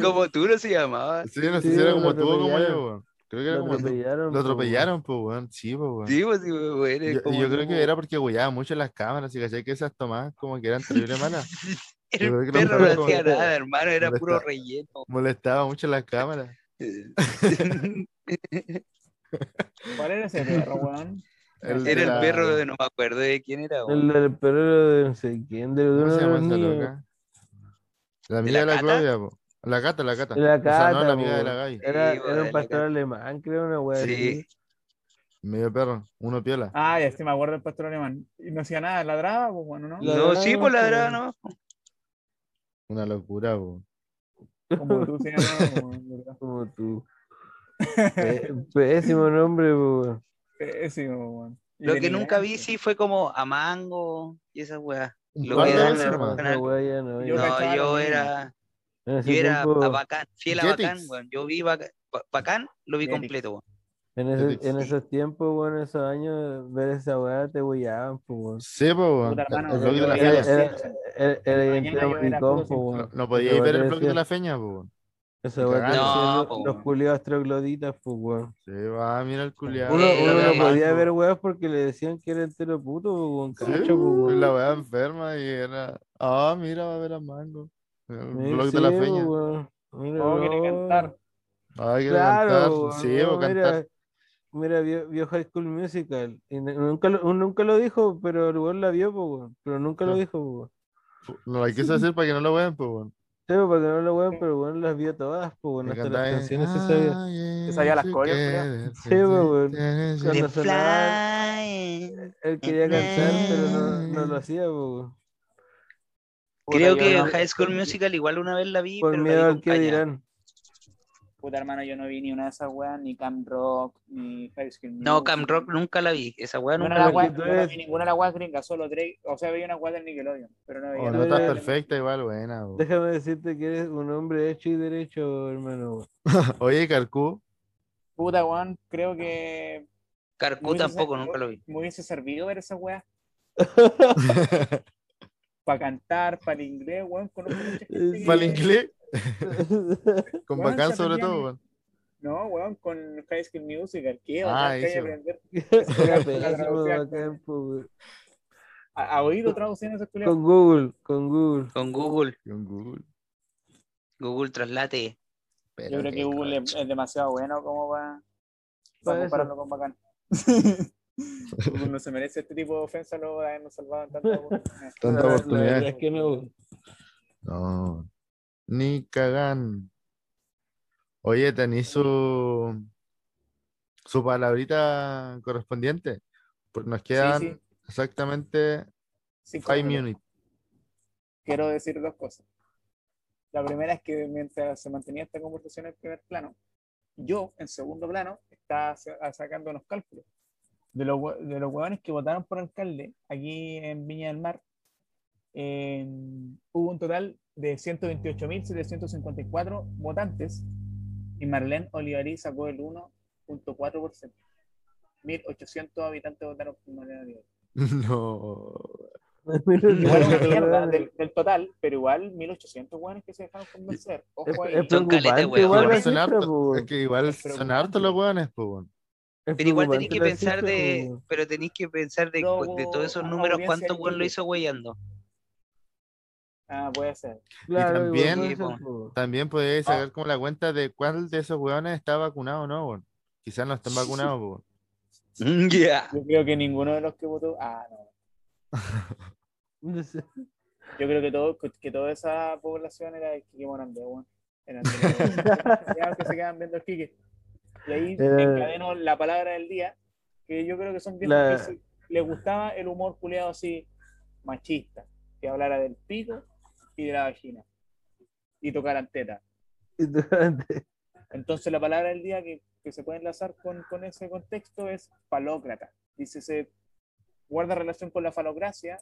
Speaker 2: como tú no se llamaba.
Speaker 4: Sí, no sé
Speaker 1: Sí,
Speaker 4: si era
Speaker 1: lo
Speaker 4: como tú o como
Speaker 1: atropellaron.
Speaker 4: yo, weón. Creo que era
Speaker 1: Lo
Speaker 4: como tú.
Speaker 1: atropellaron.
Speaker 4: Lo atropellaron, pues, weón. Sí, pues, weón.
Speaker 2: Sí, pues sí, weón,
Speaker 4: Yo,
Speaker 2: es como
Speaker 4: yo creo
Speaker 2: tú,
Speaker 4: que
Speaker 2: weón.
Speaker 4: era porque huellaba mucho las cámaras y caché que esas tomadas como que eran terrible malas.
Speaker 2: El
Speaker 4: creo que
Speaker 2: perro
Speaker 4: tampoco
Speaker 2: no hacía
Speaker 4: era-
Speaker 2: nada, hermano, era
Speaker 4: no
Speaker 2: puro
Speaker 4: está-
Speaker 2: relleno.
Speaker 4: Molestaba mucho las cámaras.
Speaker 5: ¿Cuál era ese perro, weón?
Speaker 4: de
Speaker 2: Era el
Speaker 4: la-
Speaker 2: perro de no me acuerdo de quién era.
Speaker 1: El
Speaker 2: weón.
Speaker 1: del perro de no sé quién, de uno
Speaker 4: ¿Cómo
Speaker 1: de
Speaker 4: se llama
Speaker 1: los
Speaker 4: esa
Speaker 1: niños.
Speaker 4: loca? La
Speaker 2: ¿De
Speaker 4: amiga
Speaker 2: la
Speaker 4: de la
Speaker 2: gata?
Speaker 4: Claudia, po. La gata, la gata.
Speaker 1: La
Speaker 4: O sea, no,
Speaker 1: gata,
Speaker 4: la amiga de
Speaker 1: po.
Speaker 4: la Gaby.
Speaker 1: Era,
Speaker 2: Sí,
Speaker 1: era
Speaker 2: weón,
Speaker 1: un
Speaker 2: la
Speaker 1: pastor
Speaker 2: cara.
Speaker 1: alemán, creo, una wea.
Speaker 2: Sí.
Speaker 1: así.
Speaker 4: Medio perro, uno piola.
Speaker 5: Ah, ya sí me acuerdo del pastor alemán. Y no hacía nada, ladraba, pues bueno, ¿no?
Speaker 1: La-
Speaker 2: No,
Speaker 1: ladraba,
Speaker 2: sí, pues ladraba,
Speaker 1: po.
Speaker 2: ¿no?
Speaker 4: Una locura, po.
Speaker 5: Como tú sí, no, weón, ¿verdad?
Speaker 1: Como tú. P- Pésimo nombre, po, weón.
Speaker 5: Eh, pues, Pésimo, weón.
Speaker 2: Lo que nunca vi sí fue como a mango y esas weas. Lo
Speaker 4: par
Speaker 2: que
Speaker 4: de
Speaker 2: dan
Speaker 4: veces,
Speaker 2: en el
Speaker 4: hermano.
Speaker 2: canal.
Speaker 5: Yo
Speaker 2: No,
Speaker 5: cachaba lo
Speaker 2: yo
Speaker 5: mismo.
Speaker 2: era,
Speaker 1: En ese
Speaker 2: yo era
Speaker 1: tiempo-
Speaker 2: a bacán, fiel a
Speaker 4: Jetix.
Speaker 2: bacán, weón. Yo vi Bac- Ba- bacán, lo vi
Speaker 5: Jetix.
Speaker 2: completo, weón.
Speaker 1: En, ese-
Speaker 4: Jetix.
Speaker 1: en esos tiempos, bueno, en esos años, ver esa weá te huellaban, pues, weón.
Speaker 4: Sí, po,
Speaker 5: Puta, hermano,
Speaker 4: el blog de la
Speaker 5: yo-
Speaker 1: Era,
Speaker 5: yo-
Speaker 4: feña.
Speaker 1: era,
Speaker 2: Eh,
Speaker 1: era, era
Speaker 5: Mañana
Speaker 1: identidad
Speaker 5: yo era
Speaker 1: maricón,
Speaker 5: puro
Speaker 1: pues, weón.
Speaker 4: No, no podía ir
Speaker 1: Yo
Speaker 4: ver el
Speaker 1: te
Speaker 4: blog de
Speaker 1: decía,
Speaker 4: la feña, po.
Speaker 1: Esa weá te
Speaker 4: No,
Speaker 1: decían los-
Speaker 2: po,
Speaker 1: los
Speaker 2: weón.
Speaker 1: culiados trogloditas, pues, weón.
Speaker 4: Sí, va, mira el culiado.
Speaker 1: Uno,
Speaker 2: Eh,
Speaker 1: uno
Speaker 2: eh,
Speaker 1: no podía ver weas porque le decían que era entero puto, pues, weón. Cacho, pues, weón.
Speaker 4: La weá enferma y era. Ah, mira, va a ver a Mango. Eh, El
Speaker 1: Sí,
Speaker 4: blog de la
Speaker 1: sí, pues,
Speaker 4: feña.
Speaker 1: weón. Mira,
Speaker 5: Oh,
Speaker 1: no.
Speaker 5: quiere cantar.
Speaker 4: Ah, quiere
Speaker 1: Claro, pues,
Speaker 4: cantar.
Speaker 1: weón,
Speaker 4: Sí,
Speaker 1: no,
Speaker 4: po, cantar.
Speaker 1: Mira, mira, vio, vio High School Musical. Y n- nunca, lo, un- nunca lo dijo, pero el weón la vio, pues, weón. Pero nunca lo
Speaker 4: Claro.
Speaker 1: dijo, pues, weón.
Speaker 4: No la quiso decir para que no lo vean, pues, weón.
Speaker 1: Sí, pues, para que no lo weón, pero el weón las vio todas, pues, weón.
Speaker 4: Que
Speaker 1: Hasta
Speaker 4: cantaba
Speaker 1: las
Speaker 4: en-
Speaker 1: canciones se sabía.
Speaker 4: Ah, yeah,
Speaker 5: Se sabía las
Speaker 4: you
Speaker 5: coreos,
Speaker 4: get it,
Speaker 1: Sí,
Speaker 4: you
Speaker 1: po, weón.
Speaker 4: get it,
Speaker 1: Cuando
Speaker 2: The
Speaker 4: you-
Speaker 1: sonaba-
Speaker 2: Fly.
Speaker 1: Él quería cantar, pero no, no lo
Speaker 4: Ay.
Speaker 1: hacía, pues, weón.
Speaker 5: Puta,
Speaker 2: Creo
Speaker 5: yo
Speaker 2: que
Speaker 5: no-
Speaker 2: High School Musical igual una vez la vi,
Speaker 1: Por
Speaker 2: pero
Speaker 1: miedo
Speaker 2: la vi
Speaker 1: al
Speaker 2: con
Speaker 1: que
Speaker 2: caña.
Speaker 1: dirán.
Speaker 5: Puta hermano, yo no vi ni una de esas weas, ni Cam Rock, ni High School
Speaker 2: No, Cam
Speaker 5: Musical.
Speaker 2: Rock nunca la vi. Esa weá
Speaker 5: No,
Speaker 2: nunca
Speaker 5: no, la
Speaker 1: Porque
Speaker 5: wea-
Speaker 1: tú
Speaker 5: yo no
Speaker 1: eres-
Speaker 5: vi ninguna de las weas gringas, solo Drake. O sea, veía una wea del Nickelodeon, pero no veía.
Speaker 4: O
Speaker 5: nada.
Speaker 4: Oh, no estás
Speaker 1: eh,
Speaker 4: perfecta, igual, buena. po.
Speaker 1: Déjame decirte que eres un hombre hecho y derecho, hermano. weón.
Speaker 4: Oye, Carcú,
Speaker 5: Puta weón, creo que
Speaker 2: Carcú
Speaker 5: Muy
Speaker 2: tampoco,
Speaker 5: sincero.
Speaker 2: nunca lo vi.
Speaker 5: me hubiese servido ver esas weas para cantar, para el inglés, weón. Conozco mucha gente que-
Speaker 4: para el inglés, con
Speaker 5: Weón,
Speaker 4: bacán
Speaker 5: se
Speaker 4: sobre
Speaker 5: aprendía
Speaker 4: todo,
Speaker 5: mi-
Speaker 4: weón.
Speaker 5: No, weón, con High School Musical. ¿Qué?
Speaker 4: Ah,
Speaker 5: Ah,
Speaker 4: eso.
Speaker 5: aprender.
Speaker 1: Era
Speaker 5: La
Speaker 1: pésimo
Speaker 5: traducía
Speaker 1: bacán, pues, weón.
Speaker 5: A, a oído traduciendo esos culiados.
Speaker 1: Con Google, con Google.
Speaker 2: Con Google,
Speaker 4: Con Google.
Speaker 2: Google traslate.
Speaker 4: Pero
Speaker 5: Yo creo que
Speaker 4: qué
Speaker 5: Google es,
Speaker 4: coche.
Speaker 5: es demasiado bueno como para
Speaker 1: Pa' eso.
Speaker 5: compararlo con Bacán. Google no se merece este tipo de ofensa, luego de habernos salvado en tantas oportunidades.
Speaker 4: Tanta
Speaker 1: La- la
Speaker 4: oportunidad.
Speaker 1: verdad es que no, weón.
Speaker 4: No. Ni cagan. Oye, ¿tenéis su, su palabrita correspondiente? Pues nos quedan
Speaker 5: Sí, sí.
Speaker 4: exactamente
Speaker 5: Cinco
Speaker 4: five
Speaker 5: minutos.
Speaker 4: minutes.
Speaker 5: Quiero decir dos cosas. La primera es que mientras se mantenía esta conversación en primer plano, yo en segundo plano estaba sa- sacando unos cálculos de los, hue- de los hueones que votaron por alcalde aquí en Viña del Mar. eh, hubo un total de 128.754 votantes y Marlene Olivarí sacó el 1.4%. 1.800 habitantes votaron por Marlene Olivarí.
Speaker 4: No.
Speaker 5: Igual es una
Speaker 1: Pero,
Speaker 5: mierda
Speaker 1: weón,
Speaker 5: del, del total, pero igual 1800 hueones que se dejaron convencer.
Speaker 1: Es,
Speaker 5: Ojo ahí.
Speaker 1: es
Speaker 2: Son caletas,
Speaker 1: preocupante,
Speaker 2: weón.
Speaker 1: igual,
Speaker 4: Igual
Speaker 1: la
Speaker 4: son
Speaker 1: cifra,
Speaker 4: hartos-
Speaker 1: po,
Speaker 5: pues,
Speaker 4: es que igual
Speaker 5: Es
Speaker 4: son
Speaker 5: preocupante.
Speaker 4: hartos los hueones, pues, weón.
Speaker 1: es
Speaker 2: Pero igual
Speaker 1: preocupante
Speaker 2: tenés que
Speaker 1: la
Speaker 2: pensar
Speaker 1: cifra,
Speaker 2: de,
Speaker 1: po.
Speaker 2: pero tenés que pensar de,
Speaker 5: Luego,
Speaker 2: de todos esos
Speaker 5: a-
Speaker 2: números,
Speaker 5: audiencia
Speaker 2: cuánto
Speaker 5: de
Speaker 2: weón lo
Speaker 5: YouTube.
Speaker 2: hizo weyando.
Speaker 5: Ah, puede ser.
Speaker 1: Claro, igual
Speaker 4: también-
Speaker 1: puede ser,
Speaker 2: Sí,
Speaker 1: po.
Speaker 4: También podéis
Speaker 5: Ah.
Speaker 4: sacar como la cuenta de cuál de esos hueones está vacunado o no, weón. Quizás no están vacunados, pues, weón.
Speaker 2: Mm, Yeah.
Speaker 5: Yo creo que ninguno de los que votó. Ah, no.
Speaker 1: No sé.
Speaker 5: Yo creo que, todo, que toda esa población era el Kike Morandé, weón. Eran de los- ya que se quedan viendo el Kike. Y ahí
Speaker 1: Era-
Speaker 5: encadeno la palabra del día, que yo creo que son viejos
Speaker 1: La-
Speaker 5: que se- les gustaba el humor culeado así machista, que hablara del pico y de la vagina y tocaran teta.
Speaker 1: Y durante-
Speaker 5: Entonces la palabra del día que, que se puede enlazar con, con ese contexto es falócrata. Dice, se guarda relación con la falocracia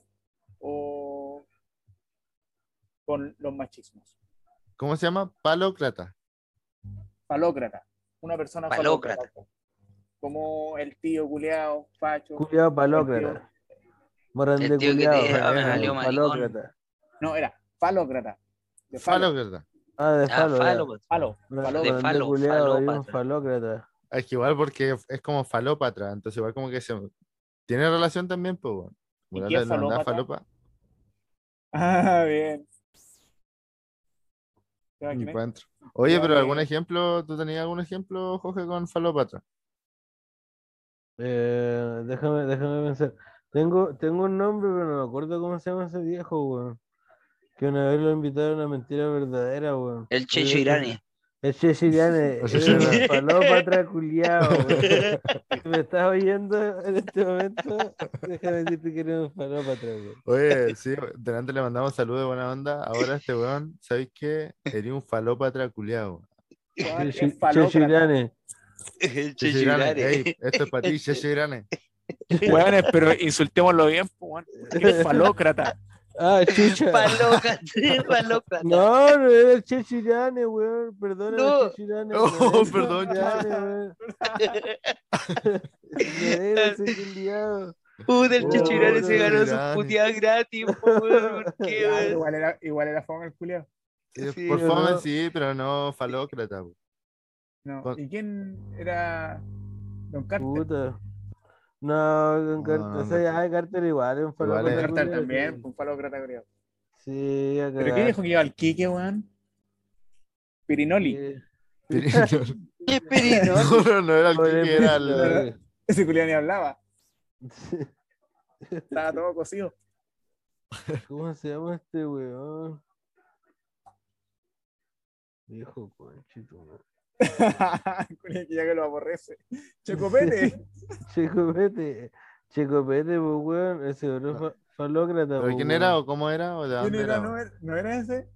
Speaker 5: o con los machismos.
Speaker 4: ¿Cómo se llama? Palócrata.
Speaker 5: Falócrata, una persona falócrata.
Speaker 2: Falócrata.
Speaker 5: Como el tío culeado, facho.
Speaker 1: Culiao
Speaker 5: el
Speaker 1: palócrata.
Speaker 5: tío-
Speaker 1: Morandé
Speaker 2: El tío que te-
Speaker 1: culiao,
Speaker 2: ah, me
Speaker 1: eh,
Speaker 2: valió maricón.
Speaker 1: palócrata.
Speaker 5: No, era falócrata. De falo.
Speaker 4: Falócrata.
Speaker 1: Ah, de
Speaker 2: Ah,
Speaker 1: falo, ya.
Speaker 2: falo, pues.
Speaker 5: Falo,
Speaker 1: Morandé
Speaker 5: falócrata.
Speaker 2: De falo,
Speaker 1: culiao,
Speaker 2: falo,
Speaker 1: valió un
Speaker 2: pata.
Speaker 1: falócrata.
Speaker 4: Es que igual porque es como falópatra, entonces igual como que se tiene relación también, pues bueno.
Speaker 5: ¿Y
Speaker 4: Bueno,
Speaker 5: qué es
Speaker 4: le mandaba
Speaker 5: falópata?
Speaker 4: falopa.
Speaker 5: Ah, bien. ¿Te
Speaker 4: ni
Speaker 5: imaginas?
Speaker 4: cuatro. Oye,
Speaker 5: Creo
Speaker 4: pero algún
Speaker 5: que-
Speaker 4: ejemplo, ¿tú tenías algún ejemplo, Jorge, con falópatra?
Speaker 1: Eh, déjame, déjame pensar. Tengo, tengo un nombre, pero no me acuerdo cómo se llama ese viejo, weón. Que una vez lo invitaron a mentira verdadera, weón.
Speaker 2: El
Speaker 1: Era-
Speaker 2: Checho Irani.
Speaker 1: El Chechirane,
Speaker 4: El
Speaker 1: era
Speaker 4: Chechirane.
Speaker 1: un palópatra culiao, weón. Si me estás oyendo en este momento, déjame decirte que eres un palópatra, weón.
Speaker 4: Oye, sí, delante le mandamos saludos de buena onda. Ahora este weón, ¿sabéis qué? Sería un falópatra culiado.
Speaker 5: Weón, es falócrata.
Speaker 1: Chechirane,
Speaker 2: El
Speaker 4: Chechirane, ey, esto es para ti, Chechirane.
Speaker 6: Weones, pero insultémoslo bien,
Speaker 5: pues,
Speaker 6: po, weón. Qué falócrata.
Speaker 1: Ah, chucha.
Speaker 2: Paloca, paloca.
Speaker 1: No, no era el Che Chirane, weón. Perdón, era el
Speaker 2: No.
Speaker 1: Che Chirane.
Speaker 4: Oh,
Speaker 1: weón, Che
Speaker 4: perdón,
Speaker 1: Chirane, weón. De veras, ese culiao.
Speaker 2: Puta, el
Speaker 1: Oh,
Speaker 2: Chichirane se ganó sus
Speaker 4: Chichirane.
Speaker 2: puteadas gratis, po, weón. ¿Por qué,
Speaker 5: Ya,
Speaker 2: weón?
Speaker 5: igual era, igual era fome el culiao.
Speaker 4: Eh,
Speaker 2: Sí,
Speaker 4: Por
Speaker 1: pero
Speaker 4: favor,
Speaker 1: no-
Speaker 4: sí, pero no falócrata. po.
Speaker 5: No.
Speaker 4: Con-
Speaker 5: ¿Y quién era Don Carter?
Speaker 1: Puta. No, con
Speaker 4: No,
Speaker 1: Carter.
Speaker 4: no,
Speaker 1: o sea,
Speaker 4: no.
Speaker 1: ya, Carter igual, es un
Speaker 4: Igual
Speaker 1: falopata
Speaker 4: es-
Speaker 5: Carter
Speaker 1: culiao,
Speaker 5: también,
Speaker 1: sí.
Speaker 5: un falócrata culiao.
Speaker 1: Sí, a
Speaker 5: ¿Pero
Speaker 1: cagar.
Speaker 5: qué dijo que iba al Quique, weón? Pirinoli.
Speaker 1: Sí.
Speaker 2: Qué perino.
Speaker 4: No, no era el
Speaker 1: Pobre
Speaker 4: que era el-
Speaker 1: Pirinoli.
Speaker 5: Ese culiao ni hablaba.
Speaker 1: Sí.
Speaker 5: Estaba todo cocido.
Speaker 1: ¿Cómo se llama este weón? Viejo conchito, weón.
Speaker 5: Culiao que ya que lo aborrece. Chocopete.
Speaker 1: Checo Pete. Checo Pete, pues, weón. Ese bro fa- falócrata.
Speaker 4: Ah. ¿Pero
Speaker 1: pues,
Speaker 4: quién
Speaker 1: weón.
Speaker 4: era o cómo era? ¿O de
Speaker 5: ¿Quién
Speaker 4: dónde
Speaker 5: era?
Speaker 4: era?
Speaker 5: ¿No era, ¿No era ese?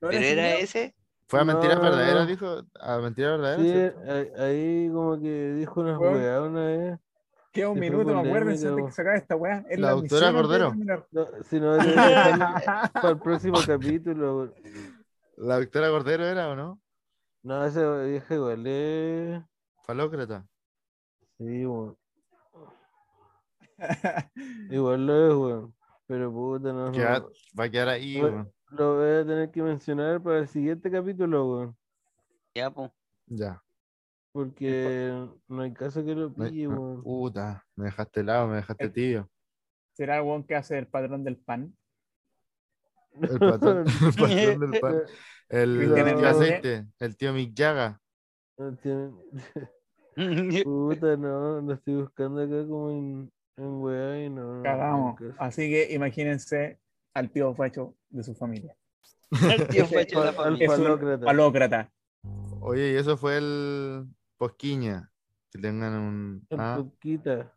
Speaker 5: ¿No
Speaker 2: ¿Pero
Speaker 5: ese
Speaker 2: era
Speaker 5: culiao?
Speaker 2: ese?
Speaker 4: ¿Fue a mentiras
Speaker 1: No, no,
Speaker 4: verdaderas,
Speaker 1: no.
Speaker 4: dijo? ¿A mentiras verdaderas?
Speaker 1: Sí,
Speaker 4: ¿cierto?
Speaker 1: ahí, ahí como que dijo unas
Speaker 5: Weón.
Speaker 1: weas una vez.
Speaker 5: Queda un
Speaker 1: Sí, fue
Speaker 5: minuto, me
Speaker 1: polémica,
Speaker 5: acuerdo, antes de
Speaker 1: po.
Speaker 5: que sacar esta weá. Es
Speaker 4: La doctora
Speaker 5: misión
Speaker 4: Cordero.
Speaker 5: antes de terminar.
Speaker 1: No, si no, tenemos que dejarlo para el próximo capítulo. weón.
Speaker 4: ¿La doctora Cordero era o no?
Speaker 1: No, ese vieja igual es.
Speaker 4: Falócrata.
Speaker 1: Sí, weón. Igual lo es, weón. Pero puta, no.
Speaker 4: Que
Speaker 1: no.
Speaker 4: va, va a quedar ahí,
Speaker 1: Bueno.
Speaker 4: weón.
Speaker 1: Lo voy a tener que mencionar para el siguiente capítulo, weón.
Speaker 2: Ya, po.
Speaker 4: Ya.
Speaker 1: Porque no hay caso que lo
Speaker 4: No hay-
Speaker 1: pille,
Speaker 4: no-
Speaker 1: weón.
Speaker 4: Puta, me dejaste helado, me
Speaker 1: Eh.
Speaker 4: dejaste tibio.
Speaker 5: ¿Será el weón que hace el padrón del pan?
Speaker 4: El patrón, el patrón del pan.
Speaker 1: Eh,
Speaker 4: El,
Speaker 5: Cristian
Speaker 4: el tío
Speaker 1: Hernández.
Speaker 4: aceite, el tío Mick Jagger.
Speaker 1: No tienen- Puta, no, lo estoy buscando acá como en, en weá y no. no,
Speaker 5: Cagamos.
Speaker 1: no hay caso.
Speaker 5: Así que imagínense al tío facho de su familia.
Speaker 2: El tío Facho de la
Speaker 1: Al-
Speaker 2: familia.
Speaker 5: Es un
Speaker 1: Falócrata.
Speaker 5: Palócrata.
Speaker 4: Oye, y eso fue el Posquiña. Que tengan un.
Speaker 1: En
Speaker 4: ah,
Speaker 1: poquita.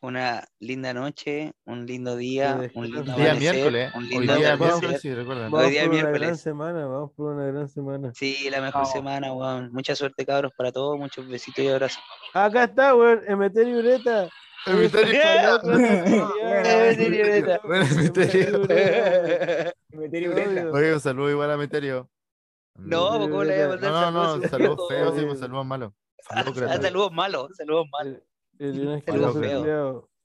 Speaker 2: Una linda noche, un lindo día, un lindo
Speaker 4: día
Speaker 2: amanecer,
Speaker 4: miércoles.
Speaker 2: un
Speaker 4: Hoy
Speaker 2: lindo
Speaker 4: día
Speaker 2: atardecer.
Speaker 4: miércoles, sí, recuerda.
Speaker 1: Vamos
Speaker 2: día
Speaker 1: por una gran
Speaker 2: miércoles.
Speaker 1: semana, vamos por una gran semana.
Speaker 2: Sí, la mejor
Speaker 5: Vamos.
Speaker 2: semana, weón. Mucha suerte, cabros, para todos. Muchos besitos y abrazos.
Speaker 1: Acá está, weón, Emeter y Ureta.
Speaker 4: Emeterio
Speaker 2: Emeterio y Ureta.
Speaker 4: Bueno, Emeterio.
Speaker 5: Meterio Ureta.
Speaker 4: Oye, un saludo igual a Meterio.
Speaker 2: No, pues, ¿cómo le voy a mandar
Speaker 4: No, no, no, saludos
Speaker 2: saludos
Speaker 4: feos, sí,
Speaker 1: feo.
Speaker 4: pues, saludos malos.
Speaker 2: Ah,
Speaker 4: Falócrata.
Speaker 2: Saludos Ah, malos, saludos malos.
Speaker 1: El, el León es
Speaker 2: Saludos,
Speaker 1: que no se ha
Speaker 2: feo.
Speaker 1: culiado.